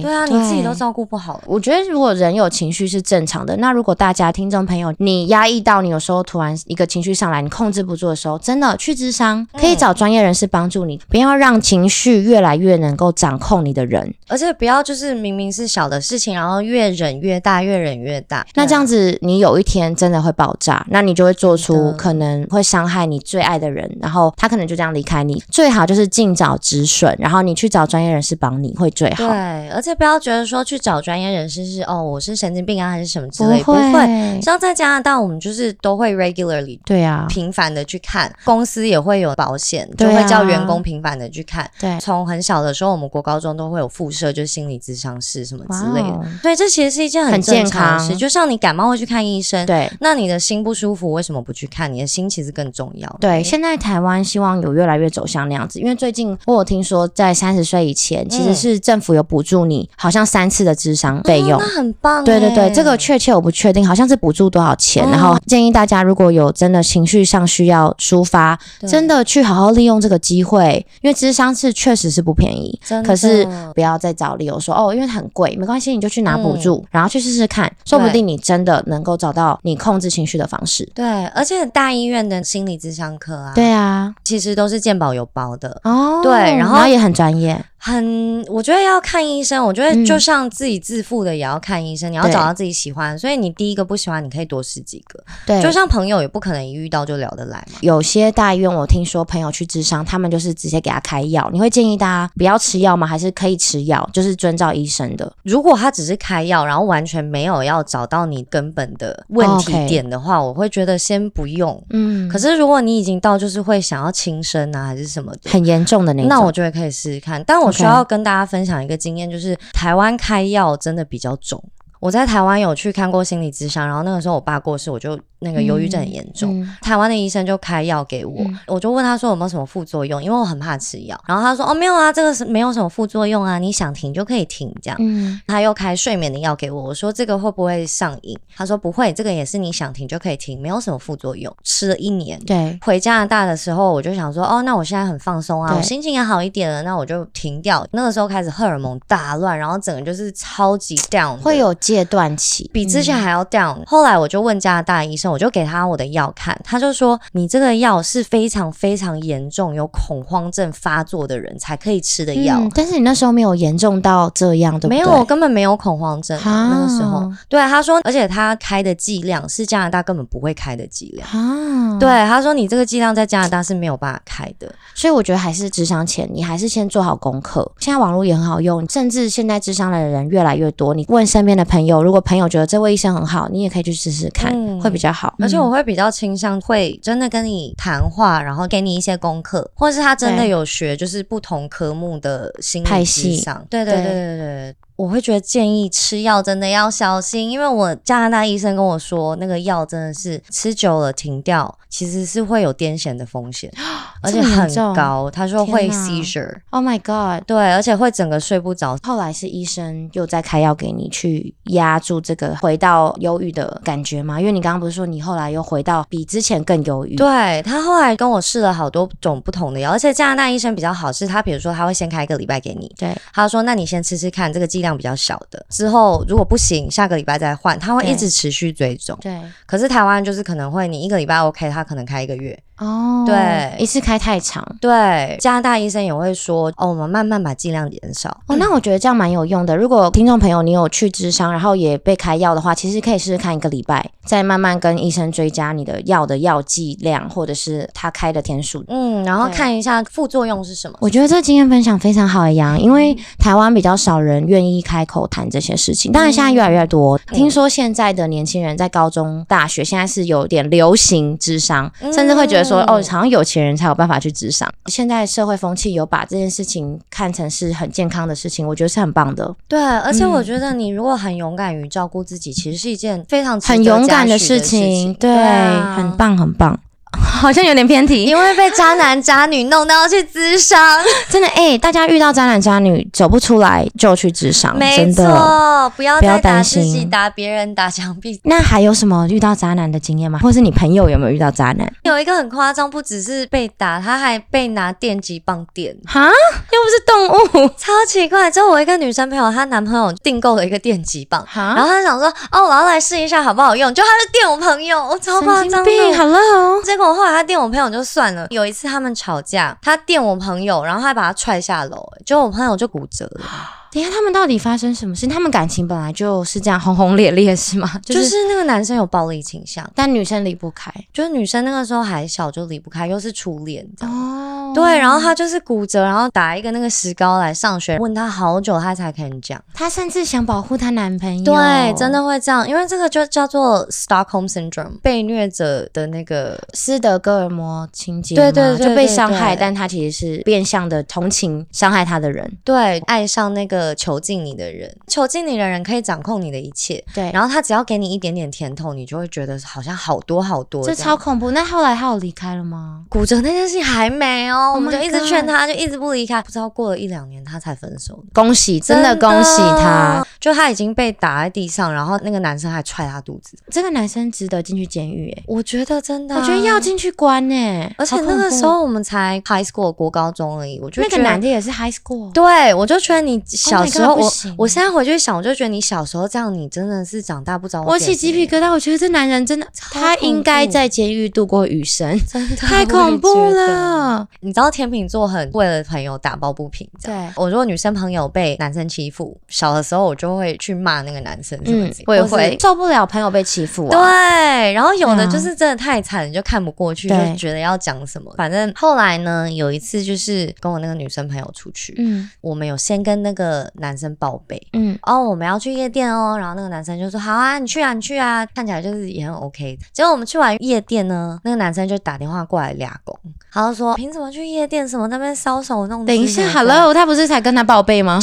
Speaker 2: 对啊，你自己都照顾不好了。
Speaker 1: 我觉得如果人有情绪是正常的，那如果大家听众朋友，你压抑到你有时候突然一个情绪上来，你控制不住的时候，真的去智商，
Speaker 2: 嗯
Speaker 1: 可以找专业人士帮助你，不要让情绪越来越能够掌控你的人。
Speaker 2: 而且不要就是明明是小的事情，然后越忍越大，越忍越大。
Speaker 1: 那这样
Speaker 2: 子，
Speaker 1: 子，你有一天真的会爆炸，那你就会做
Speaker 2: 真
Speaker 1: 出
Speaker 2: 的
Speaker 1: 可能会伤害你最爱的人，然后他可能就这样离开你。最好就是尽早止损，然后你去找专业人士帮你会最好。
Speaker 2: 对，啊而且不要觉得说去找专业人士是哦，我是神经病啊，还是什么之
Speaker 1: 不
Speaker 2: 类，不会。
Speaker 1: 会，
Speaker 2: 像在加拿大，我们就是都会 regularly
Speaker 1: 对啊，
Speaker 2: 频繁的去看，公司也会有保险，就
Speaker 1: 对啊
Speaker 2: 会叫员工频繁的去看。
Speaker 1: 对，
Speaker 2: 从很小的时候，我们国高中都会有附设，就是心理咨商室什么之类
Speaker 1: 哇
Speaker 2: 的
Speaker 1: 哦。
Speaker 2: 所以这其实是一件
Speaker 1: 很
Speaker 2: 正常
Speaker 1: 健
Speaker 2: 的
Speaker 1: 康
Speaker 2: 事，就像你感冒会去看医生，
Speaker 1: 对。
Speaker 2: 那你的心不舒服为什么不去看？你的心其实更重要。哎
Speaker 1: 对，现在台湾希望有越来越走向那样子，因为最近我有听说，在三十岁以前，其实是政府有补助你，好像三次的智商费用。
Speaker 2: 嗯哦那很棒欸。
Speaker 1: 对对对，这个确切我不确定，好像是补助多少钱。
Speaker 2: 哦
Speaker 1: 然后建议大家，如果有真的情绪上需要抒发，
Speaker 2: 对
Speaker 1: 真的去好好利用这个机会，因为智商是确实是不便宜，
Speaker 2: 真的
Speaker 1: 可是不要再找理由说哦，因为很贵，没关系，你就去拿补助，然后去试试看，说不
Speaker 2: 嗯对
Speaker 1: 定你真的能够找到你控制情绪的方式。
Speaker 2: 对，而且大医院的心理咨商课啊，
Speaker 1: 对啊，
Speaker 2: 其实都是健保有包的。
Speaker 1: 哦，
Speaker 2: 对然后
Speaker 1: 也很专业，
Speaker 2: 很，我觉得要看医生。我觉得
Speaker 1: 嗯
Speaker 2: 就像自己自负的也要看医生，你要
Speaker 1: 对
Speaker 2: 找到自己喜欢。所以你第一个不喜欢，你可以多试几个。
Speaker 1: 对，
Speaker 2: 就像朋友也不可能一遇到就聊得来嘛。
Speaker 1: 有些大医院，我听说朋友去智商，他们就是直接给他开药。你会建议大家不要吃药吗？还是可以吃药，就是遵照医生的？
Speaker 2: 如果他只是开药，然后完全没有要找到你根本的问题
Speaker 1: 哦 OK
Speaker 2: 点的话我会觉得先不用。
Speaker 1: 嗯，
Speaker 2: 可是如果你已经到就是会想要轻生啊，还是什么的。
Speaker 1: 很严重的那种。
Speaker 2: 那我觉得可以试试看，但我
Speaker 1: OK
Speaker 2: 需要跟大家分享一个经验，就是台湾开药真的比较重。我在台湾有去看过心理咨商，然后那个时候我爸过世，我就那个忧郁症很严重，
Speaker 1: 嗯
Speaker 2: 台湾的医生就开药给我，
Speaker 1: 嗯
Speaker 2: 我就问他说有没有什么副作用，因为我很怕吃药。然后他说哦没有啊，这个是没有什么副作用啊，你想停就可以停这样。
Speaker 1: 嗯，
Speaker 2: 他又开睡眠的药给我，我说这个会不会上瘾？他说不会，这个也是你想停就可以停，没有什么副作用。吃了一年。
Speaker 1: 对，
Speaker 2: 回加拿大的时候，我就想说，哦，那我现在很放松啊，
Speaker 1: 对
Speaker 2: 我心情也好一点了，那我就停掉。那个时候开始荷尔蒙大乱，然后整个就是超级 down，的
Speaker 1: 会有戒断期，
Speaker 2: 比之前
Speaker 1: 嗯
Speaker 2: 还要 down、后来我就问加拿大医生，我就给他我的药看，他就说你这个药是非常非常严重有恐慌症发作的人才可以吃的药。
Speaker 1: 嗯但是你那时候没有严重到这样，对不对？
Speaker 2: 没有，我根本没有恐慌症啊、那个时候
Speaker 1: 啊，
Speaker 2: 对他说，而且他开的剂量是加拿大根本不会开的剂量。
Speaker 1: 啊，
Speaker 2: 对，，他说你这个剂量在加拿大是没有办法开的。
Speaker 1: 所以我觉得还是智商前，你还是先做好功课。现在网络也很好用，甚至现在智商的人越来越多。你问身边的朋友，如果朋友觉得这位医生很好，你也可以去试试看，
Speaker 2: 嗯
Speaker 1: 会比较好。
Speaker 2: 而且我
Speaker 1: 嗯
Speaker 2: 会比较倾向会真的跟你谈话，然后给你一些功课，或者是他真的
Speaker 1: 对
Speaker 2: 有学就是不同科目的心理
Speaker 1: 派系
Speaker 2: 智商。对对对
Speaker 1: 对
Speaker 2: 对对对。我会觉得建议吃药真的要小心，因为我加拿大医生跟我说，那个药真的是吃久了停掉，其实是会有癫痫的风险，而且
Speaker 1: 啊这么严
Speaker 2: 很
Speaker 1: 重
Speaker 2: 高。他说会
Speaker 1: 天哪
Speaker 2: seizure，
Speaker 1: Oh my god！
Speaker 2: 对，而且会整个睡不着。
Speaker 1: 后来是医生又在开药给你去压住这个回到忧郁的感觉吗？因为你刚刚不是说你后来又回到比之前更忧郁？
Speaker 2: 对他后来跟我试了好多种不同的药，而且加拿大医生比较好，是他比如说他会先开一个礼拜给你，
Speaker 1: 对
Speaker 2: 他说那你先吃吃看，这个剂量比较小的，之后如果不行，下个礼拜再换，他会一
Speaker 1: 对
Speaker 2: 直持续追踪。
Speaker 1: 对
Speaker 2: 可是台湾就是可能会你一个礼拜 OK，他可能开一个月。
Speaker 1: 哦
Speaker 2: 对
Speaker 1: 一次开太长。
Speaker 2: 对，加拿大医生也会说，哦，我们慢慢把剂量减少。
Speaker 1: 哦，那我觉得这样蛮有用的。如果听众朋友你有去智商，然后也被开药的话，其实可以试试看一个礼拜，再慢慢跟医生追加你的药的药剂量，或者是他开的天数。
Speaker 2: 嗯，然后
Speaker 1: 对
Speaker 2: 看一下副作用是什么。
Speaker 1: 我觉得这个经验分享非常好，杨，因为台湾比较少人愿意开口谈这些事情，当然现在越来越多。听说现在的年轻人在高中、大学现在是有点流行智商，
Speaker 2: 嗯
Speaker 1: 甚至会觉得说，哦，好像有钱人才有办法去智商。现在社会风气有把这件事情看成是很健康的事情，我觉得是很棒的，
Speaker 2: 对，而且我
Speaker 1: 嗯
Speaker 2: 觉得你如果很勇敢于照顾自己，其实是一件非常值得
Speaker 1: 很勇敢
Speaker 2: 嘉
Speaker 1: 的
Speaker 2: 许
Speaker 1: 事
Speaker 2: 的
Speaker 1: 情，对，
Speaker 2: 对啊，
Speaker 1: 很棒，很棒。好像有点偏题，
Speaker 2: 因为被渣男渣女弄到去 咨商，
Speaker 1: 真的哎、大家遇到渣男渣女走不出来就去智商，
Speaker 2: 没
Speaker 1: 真的。
Speaker 2: 错，不要
Speaker 1: 不要
Speaker 2: 再打
Speaker 1: 担
Speaker 2: 自己、
Speaker 1: 心
Speaker 2: 打别人、打墙壁。
Speaker 1: 那还有什么遇到渣男的经验吗？或是你朋友有没有遇到渣男？
Speaker 2: 有一个很夸张，不只是被打，他还被拿电击棒电，
Speaker 1: 哈，又不是动物。
Speaker 2: 超奇怪。之后我一个女生朋友，她男朋友订购了一个电击棒，然
Speaker 1: 哈，
Speaker 2: 后她想说，哦，我要来试一下好不好用，就她就电我朋友，我、超夸
Speaker 1: 神经
Speaker 2: 张
Speaker 1: 病
Speaker 2: 的。
Speaker 1: ，Hello。
Speaker 2: 结果后来她电我朋友就算了，有一次他们吵架，她电我朋友，然后还把他踹下楼，欸结果我朋友就骨折
Speaker 1: 啊
Speaker 2: 了。
Speaker 1: 等一下，他们到底发生什么事？他们感情本来就是这样轰轰烈烈，是吗？ 就，
Speaker 2: 就是是那个男生有暴力倾向，
Speaker 1: 但女生离不开。
Speaker 2: 就是女生那个时候还小就离不开，又是初恋这样。
Speaker 1: 哦
Speaker 2: 对，然后他就是骨折，然后打一个那个石膏来上学，问他好久，他才肯讲。
Speaker 1: 她甚至想保护她男朋友。
Speaker 2: 对，真。的会这样，因为这个就叫做 Stockholm syndrome，被虐者的那个。
Speaker 1: 斯德哥尔摩情节嘛，
Speaker 2: 对对对
Speaker 1: 就被
Speaker 2: 对
Speaker 1: 伤害，
Speaker 2: 对
Speaker 1: 但她其实是变相的同情伤害她的人。
Speaker 2: 对，爱上那个囚禁你的人，囚禁你的人可以掌控你的一切，
Speaker 1: 对，
Speaker 2: 然后他只要给你一点点甜头，你就会觉得好像好多好多
Speaker 1: 这
Speaker 2: 样。
Speaker 1: 超恐怖。那后来她有离开了吗？
Speaker 2: 骨折那件事情还没哦
Speaker 1: Oh
Speaker 2: 我们就
Speaker 1: my
Speaker 2: 一直劝
Speaker 1: God
Speaker 2: 他，就一直不离开。不知道过了一两年，他才分手的。
Speaker 1: 恭喜，真的
Speaker 2: 真的
Speaker 1: 恭喜她。！
Speaker 2: 就他已经被打在地上，然后那个男生还踹他肚子。
Speaker 1: 这个男生值得进去监狱诶、
Speaker 2: 我觉得真的啊、
Speaker 1: 我觉得要进去关欸诶、
Speaker 2: 而且
Speaker 1: 好
Speaker 2: 那
Speaker 1: 恐
Speaker 2: 个
Speaker 1: 怖
Speaker 2: 时候我们才 high school 国高中而已，我就
Speaker 1: 那
Speaker 2: 觉
Speaker 1: 个
Speaker 2: 得
Speaker 1: 男。的也是 high school，
Speaker 2: 对，我就觉得你小
Speaker 1: Oh my
Speaker 2: 时候
Speaker 1: God，不
Speaker 2: 我
Speaker 1: 行
Speaker 2: 我现在回去想，我就觉得你小时候这样，你真的是长大不知道。
Speaker 1: 我起鸡皮，疙瘩，我觉得这男人真的，
Speaker 2: 超
Speaker 1: 他
Speaker 2: 恐
Speaker 1: 应该
Speaker 2: 怖
Speaker 1: 在监狱度过余生，
Speaker 2: 真的
Speaker 1: 太恐怖。了。
Speaker 2: 你知道天秤座很为了朋友打抱不平，这样。
Speaker 1: 对，
Speaker 2: 我如果女生朋友被男生欺负，小的时候我就会去骂那个男生什么
Speaker 1: 嗯
Speaker 2: 之类，
Speaker 1: 我
Speaker 2: 的，
Speaker 1: 也
Speaker 2: 或是
Speaker 1: 会受不了朋友被欺负啊。
Speaker 2: 对，然后有
Speaker 1: 对
Speaker 2: 的
Speaker 1: 啊
Speaker 2: 就是真的太惨，你就看不过去，就
Speaker 1: 对
Speaker 2: 觉得要讲什么。反正后来呢，有一次就是跟我那个女生朋友出去，
Speaker 1: 嗯
Speaker 2: 我们有先跟那个男生报备。
Speaker 1: 嗯，
Speaker 2: 哦，我们要去夜店哦，然后那个男生就说好啊，你去啊，你去啊，看起来就是也很 OK。结果我们去完夜店呢，那个男生就打电话过来俩拱，他就说凭什么去夜店，什么那边搔首弄姿
Speaker 1: 等一下
Speaker 2: 什么的
Speaker 1: ，Hello，他不是才跟他报备吗？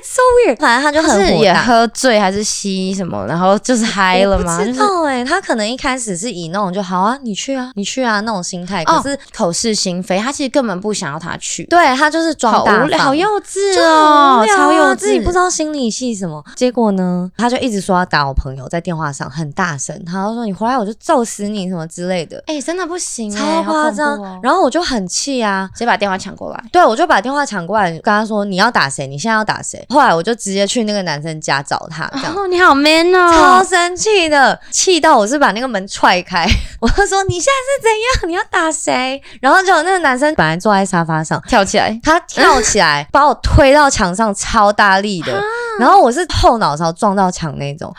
Speaker 2: ，so weird，反正他就
Speaker 1: 就
Speaker 2: 很
Speaker 1: 是
Speaker 2: 火
Speaker 1: 也
Speaker 2: 大
Speaker 1: 喝醉还是吸什么，然后就是嗨了吗？
Speaker 2: 我不
Speaker 1: 就
Speaker 2: 知
Speaker 1: 是
Speaker 2: 道哎、他可能一开始是以那种就好啊，你去啊，你去啊那种心态，
Speaker 1: 哦
Speaker 2: 可是
Speaker 1: 口是心非，他其实根本不想要他去，
Speaker 2: 对他就是装
Speaker 1: 好
Speaker 2: 大
Speaker 1: 无聊，
Speaker 2: 方
Speaker 1: 好幼稚
Speaker 2: 就很无
Speaker 1: 哦，
Speaker 2: 聊啊
Speaker 1: 超幼稚，
Speaker 2: 自己不知道心理系什么。结果呢，他就一直说要打我朋友，在电话上很大声，他就说你回来我就揍死你什么之类的，
Speaker 1: 哎、真的不行、欸，
Speaker 2: 超
Speaker 1: 好
Speaker 2: 夸
Speaker 1: 恐怖
Speaker 2: 张。
Speaker 1: 哦、
Speaker 2: 然后我就很气啊。
Speaker 1: 直接把电话抢过来。
Speaker 2: 对，我就把电话抢过来，跟他说你要打谁，你现在要打谁。后来我就直接去那个男生家找他， 这样。
Speaker 1: 哦，你好 man
Speaker 2: 超
Speaker 1: 哦！
Speaker 2: 生气的，气到我是把那个门踹开， 我就说你现在是怎样？你要打谁？然后就有那个男生本来坐在沙发上，
Speaker 1: 跳起来，
Speaker 2: 他跳 起来把我推到墙上，超大力的，然后我是后脑勺撞到墙那 种，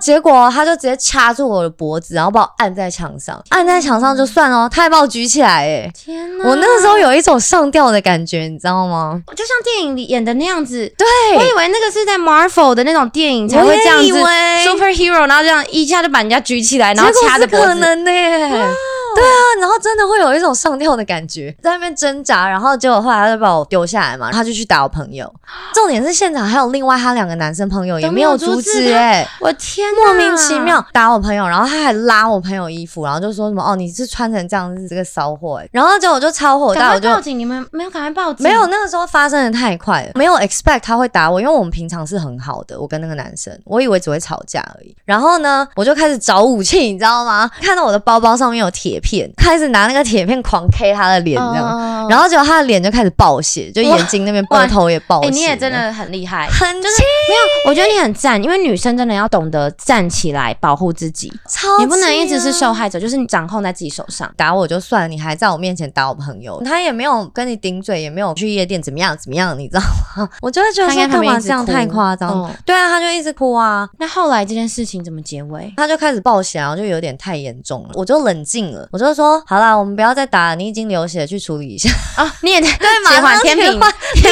Speaker 2: 结果他就直接掐住我的脖子，然后把我按在墙上，按在墙上就算了，哦他还把我举起来、欸，
Speaker 1: 天哪！
Speaker 2: 我那个时候有一种上吊的感觉，你知道吗？
Speaker 1: 就像电影里演的那样子，
Speaker 2: 对，
Speaker 1: 我以为那个是在 Marvel 的那种电影才会这样
Speaker 2: 我也以
Speaker 1: 子
Speaker 2: 为
Speaker 1: ，superhero，然后这样一下就把人家举起来，然后掐着
Speaker 2: 结果
Speaker 1: 脖
Speaker 2: 是可
Speaker 1: 子。
Speaker 2: 能呢、啊然后真的会有一种上吊的感觉，在那边挣扎，然后结果后来他就把我丢下来嘛，他就去打我朋友。 重点是现场还有另外他两个男生朋友也没有阻
Speaker 1: 都没有阻
Speaker 2: 止、啊
Speaker 1: 止他
Speaker 2: 哎，
Speaker 1: 我天哪，
Speaker 2: 莫名其妙打我朋友，然后他还拉我朋友衣服，然后就说什么哦你是穿成这样是这个骚货、哎，然后结果我就超火大，
Speaker 1: 赶
Speaker 2: 我就
Speaker 1: 快报警！你们没有赶快报警？哦
Speaker 2: 没有，那个时候发生的太快了，没有 expect 他会打我，因为我们平常是很好的，我跟那个男生，我以为只会吵架而已。然后呢，我就开始找武器，你知道吗？ 看到我的包包上面有铁片，开始拿那个铁片狂 K 他的脸，这样，
Speaker 1: 嗯
Speaker 2: 然后结果他的脸就开始爆血，就眼睛那边
Speaker 1: 哇
Speaker 2: 爆头也爆
Speaker 1: 哎、
Speaker 2: 血、
Speaker 1: 你也真。的很厉害。
Speaker 2: 很气，
Speaker 1: 没有，我觉得你很赞，因为女生真的要懂得站起来保护自己，
Speaker 2: 超
Speaker 1: 你不能
Speaker 2: 气
Speaker 1: 一直是
Speaker 2: 啊
Speaker 1: 受害者，就是你掌控在自己手上。
Speaker 2: 打我就算了，你还在我面前打我朋友，他也没有跟你顶嘴，也没有去夜店怎么样怎么样，你知道吗？ 我就会觉得
Speaker 1: 他应该
Speaker 2: 说
Speaker 1: 旁
Speaker 2: 干
Speaker 1: 边
Speaker 2: 嘛
Speaker 1: 一直
Speaker 2: 这样
Speaker 1: 哭
Speaker 2: 太夸张？
Speaker 1: 嗯
Speaker 2: 对啊，他就一直哭啊，
Speaker 1: 那后来这件事情怎么结尾？
Speaker 2: 他就开始暴血，然后就有点太严重了，我就冷静了，我就说好啦，我们不要再打了，你已经流血了，去处理一下。
Speaker 1: 哦，你也对
Speaker 2: 马
Speaker 1: 切
Speaker 2: 上
Speaker 1: 换天
Speaker 2: 切
Speaker 1: 平
Speaker 2: 换，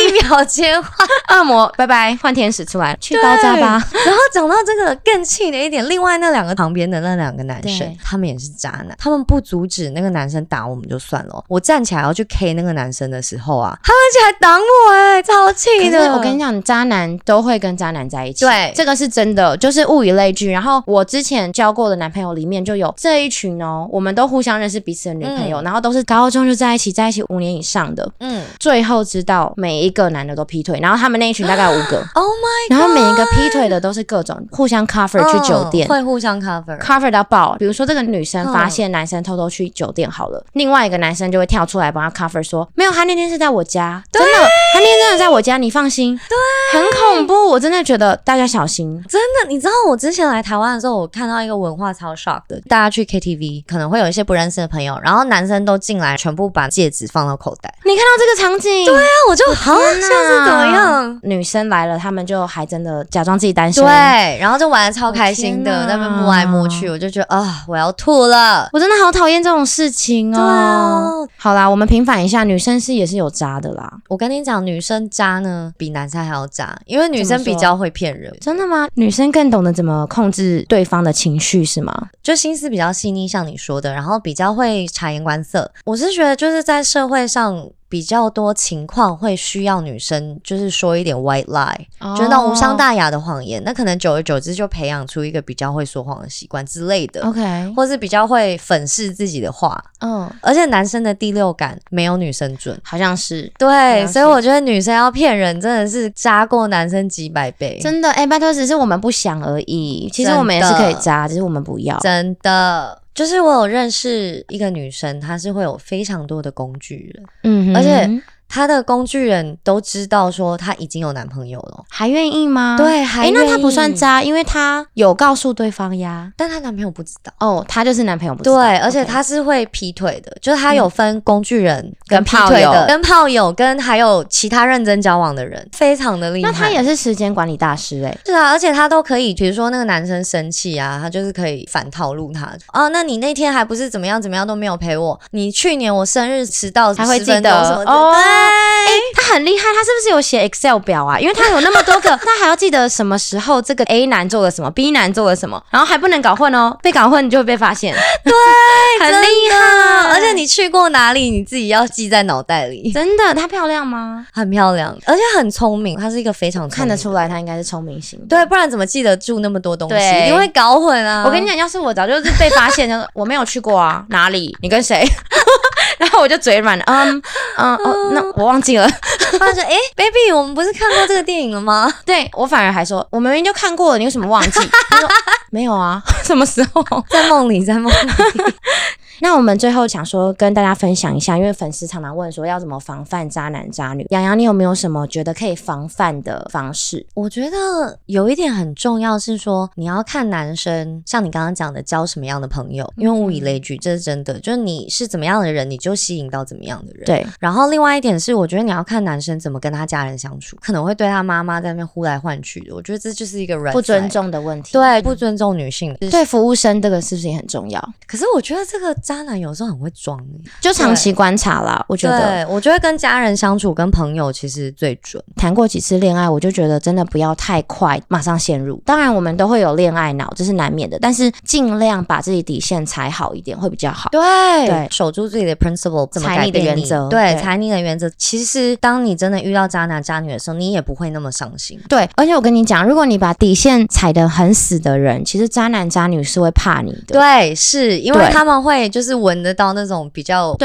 Speaker 2: 一秒切换。
Speaker 1: 恶魔，拜拜，换天使出来了，去包扎吧。
Speaker 2: 然后讲到这个更气的一点，另外那两个旁边的那两个男生
Speaker 1: 对，
Speaker 2: 他们也是渣男，他们不阻止那个男生打我们就算了哦，我站起来要去 K 那个男生的时候啊，他们起来挡我、哎，超气
Speaker 1: 可是
Speaker 2: 的。
Speaker 1: 我跟你讲，渣男都会跟渣男在一起，
Speaker 2: 对
Speaker 1: 这个是真的，就是物以类聚。然后我之前交过的男朋友里面就有这一群哦，我们都互相认识彼此的女朋友，然后都是高中就在一起，在一起五年以上的，
Speaker 2: 嗯
Speaker 1: 最后知道每一个男的都劈腿，然后他们那一群大概有五个，
Speaker 2: ，Oh my，
Speaker 1: 然后每一个劈腿的都是各种互相 cover 去酒店。
Speaker 2: 嗯会互相 cover。
Speaker 1: cover 到爆，比如说这个女生
Speaker 2: 嗯
Speaker 1: 发现男生偷偷去酒店好了，另外一个男生就会跳出来帮他 cover 说，没有，他那天是在我家，真的，他那天真的在我家，你放心，对，很恐怖，我真的觉得大家小心，
Speaker 2: 真的，你知道我之前来台湾的时候，我看到一个文化超 shock 的，大家去 KTV 可能会有一些不认识的朋友，然后男生都进来，全部把戒指放到口袋，
Speaker 1: 你看到这个场景，对啊，
Speaker 2: 那啊我就好，现在是怎么样？
Speaker 1: 女生来了，他们就还真的假装自己单身，
Speaker 2: 对，然后就玩的超开心
Speaker 1: 我
Speaker 2: 的，
Speaker 1: 天哪
Speaker 2: 在那边摸来摸去，我就觉得啊，我要吐了。
Speaker 1: 我真的好讨厌这种事情哦。
Speaker 2: 对啊
Speaker 1: 好啦，我们平反一下，女生是也是有渣的啦。
Speaker 2: 我跟你讲，女生渣呢比男生还要渣，因为女生比较会骗人，
Speaker 1: 真的吗？女生更懂得怎么控制对方的情绪是吗？
Speaker 2: 就心思比较细腻，像你说的，然后比较会察言观色。我是觉得就是在社会上比较多情况会需要女生就是说一点 white lie，、就是
Speaker 1: 哦
Speaker 2: 那种无伤大雅的谎言。那可能久而久之就培养出一个比较会说谎的习惯之类的，
Speaker 1: 哦 OK，
Speaker 2: 或是比较会粉饰自己的话。
Speaker 1: 嗯，
Speaker 2: 而且男生的第六感没有女生准。
Speaker 1: 好像是。
Speaker 2: 对，
Speaker 1: 了解
Speaker 2: 所以我觉得女生要骗人真的是渣过男生几百倍，
Speaker 1: 真的，哎、拜托，只是我们不想而已。其实
Speaker 2: 真的
Speaker 1: 我们也是可以渣，只是我们不要。
Speaker 2: 真的。就是我有认识一个女生，她是会有非常多的工具人，
Speaker 1: 嗯哼
Speaker 2: 而且她的工具人都知道说她已经有男朋友了，
Speaker 1: 还愿意吗？
Speaker 2: 对还
Speaker 1: 哎、那他
Speaker 2: 愿意
Speaker 1: 不算渣，因为他有告诉对方呀。
Speaker 2: 但她男朋友不知道。
Speaker 1: 哦，他就是男朋友不知道
Speaker 2: 对，而且
Speaker 1: OK 嗯
Speaker 2: 她是会劈腿的，就是她有分工具人
Speaker 1: 跟
Speaker 2: 劈腿
Speaker 1: 炮友
Speaker 2: 的，跟炮友，跟还有其他认真交往的人，非常的厉害。
Speaker 1: 那他也是时间管理大师哎、
Speaker 2: 是啊，而且他都可以，比如说那个男生生气啊，他就是可以反套路他哦，那你那天还不是怎么样怎么样都没有陪我，你去年我生日迟到
Speaker 1: 他会
Speaker 2: 10
Speaker 1: 记
Speaker 2: 分
Speaker 1: 得
Speaker 2: 钟什么的，
Speaker 1: 哦
Speaker 2: 对
Speaker 1: 他很厉害，他是不是有写 Excel 表啊？因为他有那么多个， 他还要记得什么时候这个 A 男做了什么，B 男做了什么，然后还不能搞混哦，被搞混你就会被发现。对， 很厉害，
Speaker 2: 而且你去过哪里，你自己要记在脑袋里。
Speaker 1: 真的她漂亮吗？
Speaker 2: 很漂亮，而且很聪明，她是一个非常
Speaker 1: 看得
Speaker 2: 聪
Speaker 1: 出来她应该是聪明型。
Speaker 2: 明的，对，不然怎么记得住那么多东西？
Speaker 1: 对
Speaker 2: 一定会搞混啊！
Speaker 1: 我跟你讲，要是我早就是被发现，就说我没有去过啊，哪里？你跟谁？ 然后我就嘴软，嗯嗯哦，那我忘记了。
Speaker 2: 讲， 他说：“哎、b a b y 我们不是看过这个电影了吗？
Speaker 1: 对我反而还说，我明明就看过了，你为什么忘记？他说 没有啊，什么时候？
Speaker 2: 在梦里，在梦里。
Speaker 1: 那我们最后想说跟大家分享一下，因为粉丝常常问说要怎么防范渣男渣女。洋洋，你有没有什么觉得可以防范的方式？
Speaker 2: 我觉得有一点很重要是说，你要看男生，像你刚刚讲的，交什么样的朋友，因为
Speaker 1: 嗯
Speaker 2: 物以类聚，这是真的。就是你是怎么样的人，你就吸引到怎么样的人。。
Speaker 1: 对，
Speaker 2: 然后另外一点是，我觉得你要看男生怎么跟他家人相处，可能会对他妈妈在那边呼来唤去的。我觉得这就是一个人
Speaker 1: 不尊，重的问题，
Speaker 2: 对，不尊重女性。
Speaker 1: 对，服务生这个是不是也很重要？
Speaker 2: 可是我觉得这个渣男有时候很会装欸、
Speaker 1: 就长期观察啦。我觉得
Speaker 2: 对，我觉得跟家人相处、跟朋友其实最准。
Speaker 1: 谈过几次恋爱，我就觉得真的不要太快马上陷入。当然，我们都会有恋爱脑，这是难免的，但是尽量把自己底线踩好一点会比较好。
Speaker 2: 对
Speaker 1: 对
Speaker 2: 守住自己的 principle，怎么
Speaker 1: 踩
Speaker 2: 改
Speaker 1: 你的
Speaker 2: 变
Speaker 1: 原则
Speaker 2: 对，
Speaker 1: 对
Speaker 2: 踩你的原则。其实，当你真的遇到渣男渣女的时候，你也不会那么伤心。
Speaker 1: 对，而且我跟你讲，如果你把底线踩得很死的人，其实渣男渣女是会怕你的。
Speaker 2: 对，是因为
Speaker 1: 对
Speaker 2: 他们会就是闻得到那种比较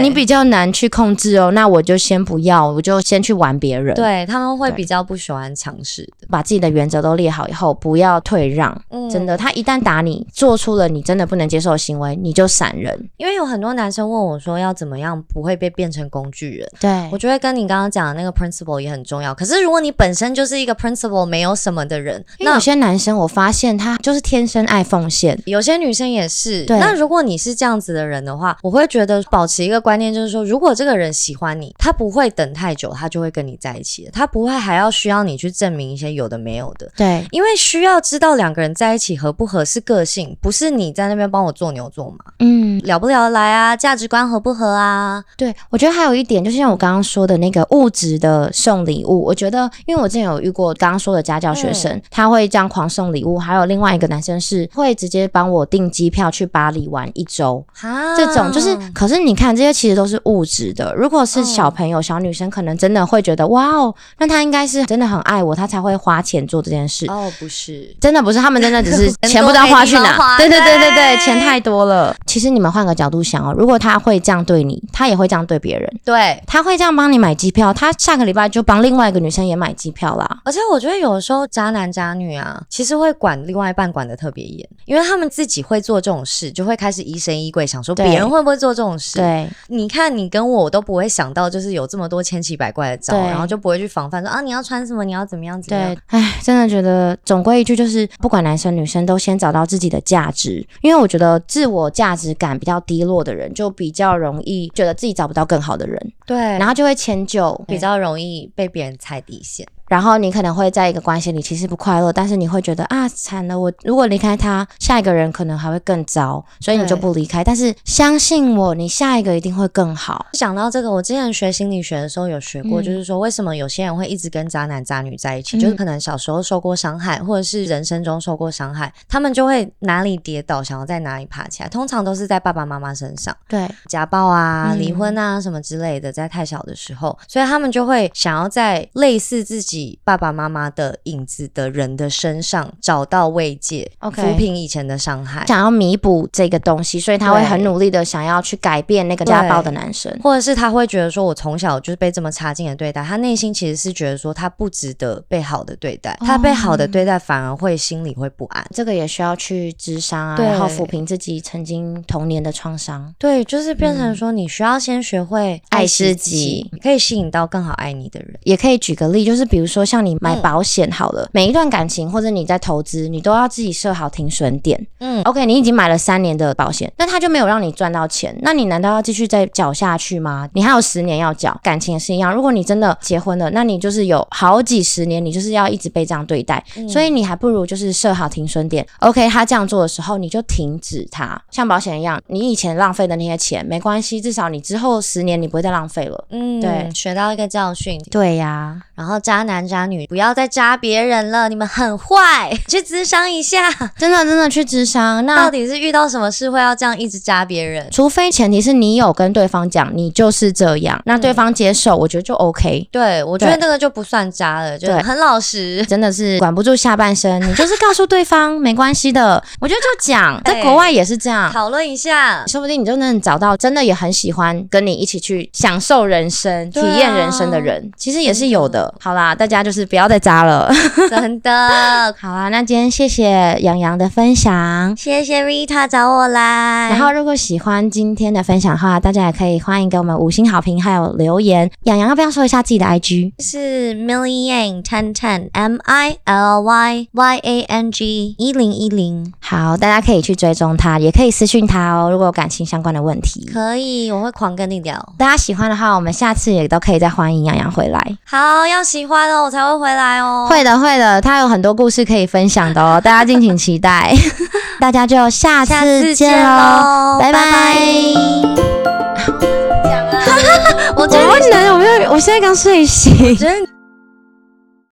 Speaker 1: 你你比较难去控制哦，那我就先不要，我就先去玩别人。，
Speaker 2: 对他们会
Speaker 1: 对
Speaker 2: 比较不喜欢强势的，
Speaker 1: 把自己的原则都列好以后，不要退让。
Speaker 2: 嗯
Speaker 1: 真的，他一旦打你，做出了你真的不能接受的行为，你就闪人。
Speaker 2: 因为有很多男生问我说要怎么样不会被变成工具人，
Speaker 1: 对
Speaker 2: 我觉得跟你刚刚讲的那个 principle 也很重要。可是如果你本身就是一个 principle 没有什么的人，
Speaker 1: 因为
Speaker 2: 那
Speaker 1: 有些男生，我发现他就是天生爱奉献。
Speaker 2: 有些女生也是。
Speaker 1: 对
Speaker 2: 那如果你是这样子的人的话，我会觉得保持一个观念，就是说，如果这个人喜欢你，他不会等太久，他就会跟你在一起的，他不会还要需要你去证明一些有的没有的。
Speaker 1: 对，
Speaker 2: 因为需要知道两个人在一起合不合是个性，不是你在那边帮我做牛做马，
Speaker 1: 嗯，
Speaker 2: 聊不聊得来啊，价值观合不合啊，
Speaker 1: 对，我觉得还有一点，就是像我刚刚说的那个物质的送礼物，我觉得，因为我之前有遇过刚刚说的家教学生，他会这样狂送礼物，还有另外一个男生是会直接帮我订机票去巴黎玩一周，
Speaker 2: 哈，
Speaker 1: 这种就是，可是你看，这些其实都是物质的。如果是小朋友、小女生，可能真的会觉得哇哦，那他应该是真的很爱我，他才会花钱做这件事。
Speaker 2: 哦，不是，
Speaker 1: 真的不是，他们真的只
Speaker 2: 很
Speaker 1: 是
Speaker 2: 多
Speaker 1: 钱不知道花去
Speaker 2: 没地方
Speaker 1: 哪。
Speaker 2: 花
Speaker 1: 对对对对
Speaker 2: 对
Speaker 1: 对，钱太多了。其实你们换个角度想哦，如果他会这样对你，他也会这样对别人。
Speaker 2: 对。
Speaker 1: 他会这样帮你买机票，他下个礼拜就帮另外一个女生也买机票啦。
Speaker 2: 而且我觉得有的时候渣男渣女啊，其实会管另外一半管得特别严，因为他们自己会做这种事，就会开始疑神疑鬼，想说
Speaker 1: 对
Speaker 2: 别人会不会做这种事。
Speaker 1: 对，
Speaker 2: 你看你跟我，我都不会想到，就是有这么多千奇百怪的招，
Speaker 1: 对
Speaker 2: 然后就不会去防范说啊你要穿什么，你要怎么样怎么样
Speaker 1: 对。，唉，真的觉得总归一句就是，不管男生女生，都先找到自己的价值，因为我觉得自我价值感比较低落的人，就比较容易觉得自己找不到更好的人，
Speaker 2: 对，
Speaker 1: 然后就会迁就
Speaker 2: 比。较容易被别人踩底线。
Speaker 1: 然后你可能会在一个关系里其实不快乐，但是你会觉得啊，惨了，我如果离开他，下一个人可能还会更糟，所以你就
Speaker 2: 对
Speaker 1: 不离开。但是相信我，你下一个一定会更好。
Speaker 2: 讲到这个，我之前学心理学的时候有学过，
Speaker 1: 嗯
Speaker 2: 就是说为什么有些人会一直跟渣男渣女在一起，
Speaker 1: 嗯
Speaker 2: 就是可能小时候受过伤害，或者是人生中受过伤害，他们就会哪里跌倒，想要在哪里爬起来，通常都是在爸爸妈妈身上，
Speaker 1: 对，
Speaker 2: 家暴啊、
Speaker 1: 嗯
Speaker 2: 离婚啊什么之类的，在太小的时候，所以他们就会想要在类似自己爸爸妈妈的影子的人的身上找到慰藉
Speaker 1: OK
Speaker 2: 抚平以前的伤害。
Speaker 1: 想要弥补这个东西，所以他会很努力的想要去改变那个家暴的男生。
Speaker 2: 或者是他会觉得说，我从小就是被这么差劲的对待，他内心其实是觉得说他不值得被好的对待，他被好的对
Speaker 1: 哦
Speaker 2: 待反而会心里会不安。
Speaker 1: 这个也需要去治伤啊，
Speaker 2: 对
Speaker 1: 然后抚平自己曾经童年的创伤。
Speaker 2: 对，就是变成说，你需要先学会
Speaker 1: 嗯爱
Speaker 2: 惜
Speaker 1: 自
Speaker 2: 自
Speaker 1: 己，
Speaker 2: 可以吸引到更好爱你的人。
Speaker 1: 也可以举个例，就是比如说像你买
Speaker 2: 嗯
Speaker 1: 保险好了，每一段感情或者你在投资，你都要自己设好停损点。
Speaker 2: 嗯，
Speaker 1: OK，你已经买了三年的保险，那他就没有让你赚到钱，那你难道要继续再缴下去吗？你还有十年要缴，感情也是一样。如果你真的结婚了，那你就是有好几十年，你就是要一直被这样对待，
Speaker 2: 嗯
Speaker 1: 所以你还不如就是设好停损点。OK，他这样做的时候，你就停止他，像保险一样，你以前浪费的那些钱没关系，至少你之后十年你不会再浪费了。
Speaker 2: 嗯，
Speaker 1: 对
Speaker 2: 学到一个教训。
Speaker 1: 对呀、
Speaker 2: 然后渣男渣女不要再渣别人了，你们很坏， 去咨商一下，
Speaker 1: 真的真的去智商。
Speaker 2: 到
Speaker 1: 那
Speaker 2: 底是遇到什么事会要这样一直渣别人？
Speaker 1: 除非前提是你有跟对方讲你就是这样，那对方接受，我觉得就 OK。
Speaker 2: 对，我觉得
Speaker 1: 对
Speaker 2: 那个就不算渣了，就
Speaker 1: 对
Speaker 2: 很老实。
Speaker 1: 真的是管不住下半身，你就是告诉对方没关系的，我觉得就讲，在国外也是这样，
Speaker 2: 讨论一下，
Speaker 1: 说不定你就能找到真的也很喜欢跟你一起去享受人生、体
Speaker 2: 对啊
Speaker 1: 验人生的人，其实也是有的。好啦，大家就是不要再渣了。
Speaker 2: 真的，
Speaker 1: 好啦，那今天谢谢杨洋的分享，
Speaker 2: 谢谢 Rita 找我来。
Speaker 1: 然后，如果喜欢今天的分享的话，大家也可以欢迎给我们五星好评，还有留言。洋洋要不要说一下自己的 IG？
Speaker 2: 是 Milly Yang Ten Ten M I L Y Y A N G 一零一零，
Speaker 1: 好，大家可以去追踪他，也可以私讯他哦。如果有感情相关的问题，
Speaker 2: 可以，我会狂跟你聊。
Speaker 1: 大家喜欢的话，我们下次也都可以再欢迎洋洋回来。
Speaker 2: 好，要喜欢哦，我才会回来哦。
Speaker 1: 会的，会的，他有很多故事可以分享的哦，大家敬请期待。大家就下
Speaker 2: 下
Speaker 1: 次
Speaker 2: 次
Speaker 1: 见
Speaker 2: 见
Speaker 1: 喽，
Speaker 2: 喽，
Speaker 1: 拜拜。
Speaker 2: 讲啊，我觉
Speaker 1: 我
Speaker 2: 得
Speaker 1: 哎不能，我没有，我现在刚睡醒
Speaker 2: 你。觉得。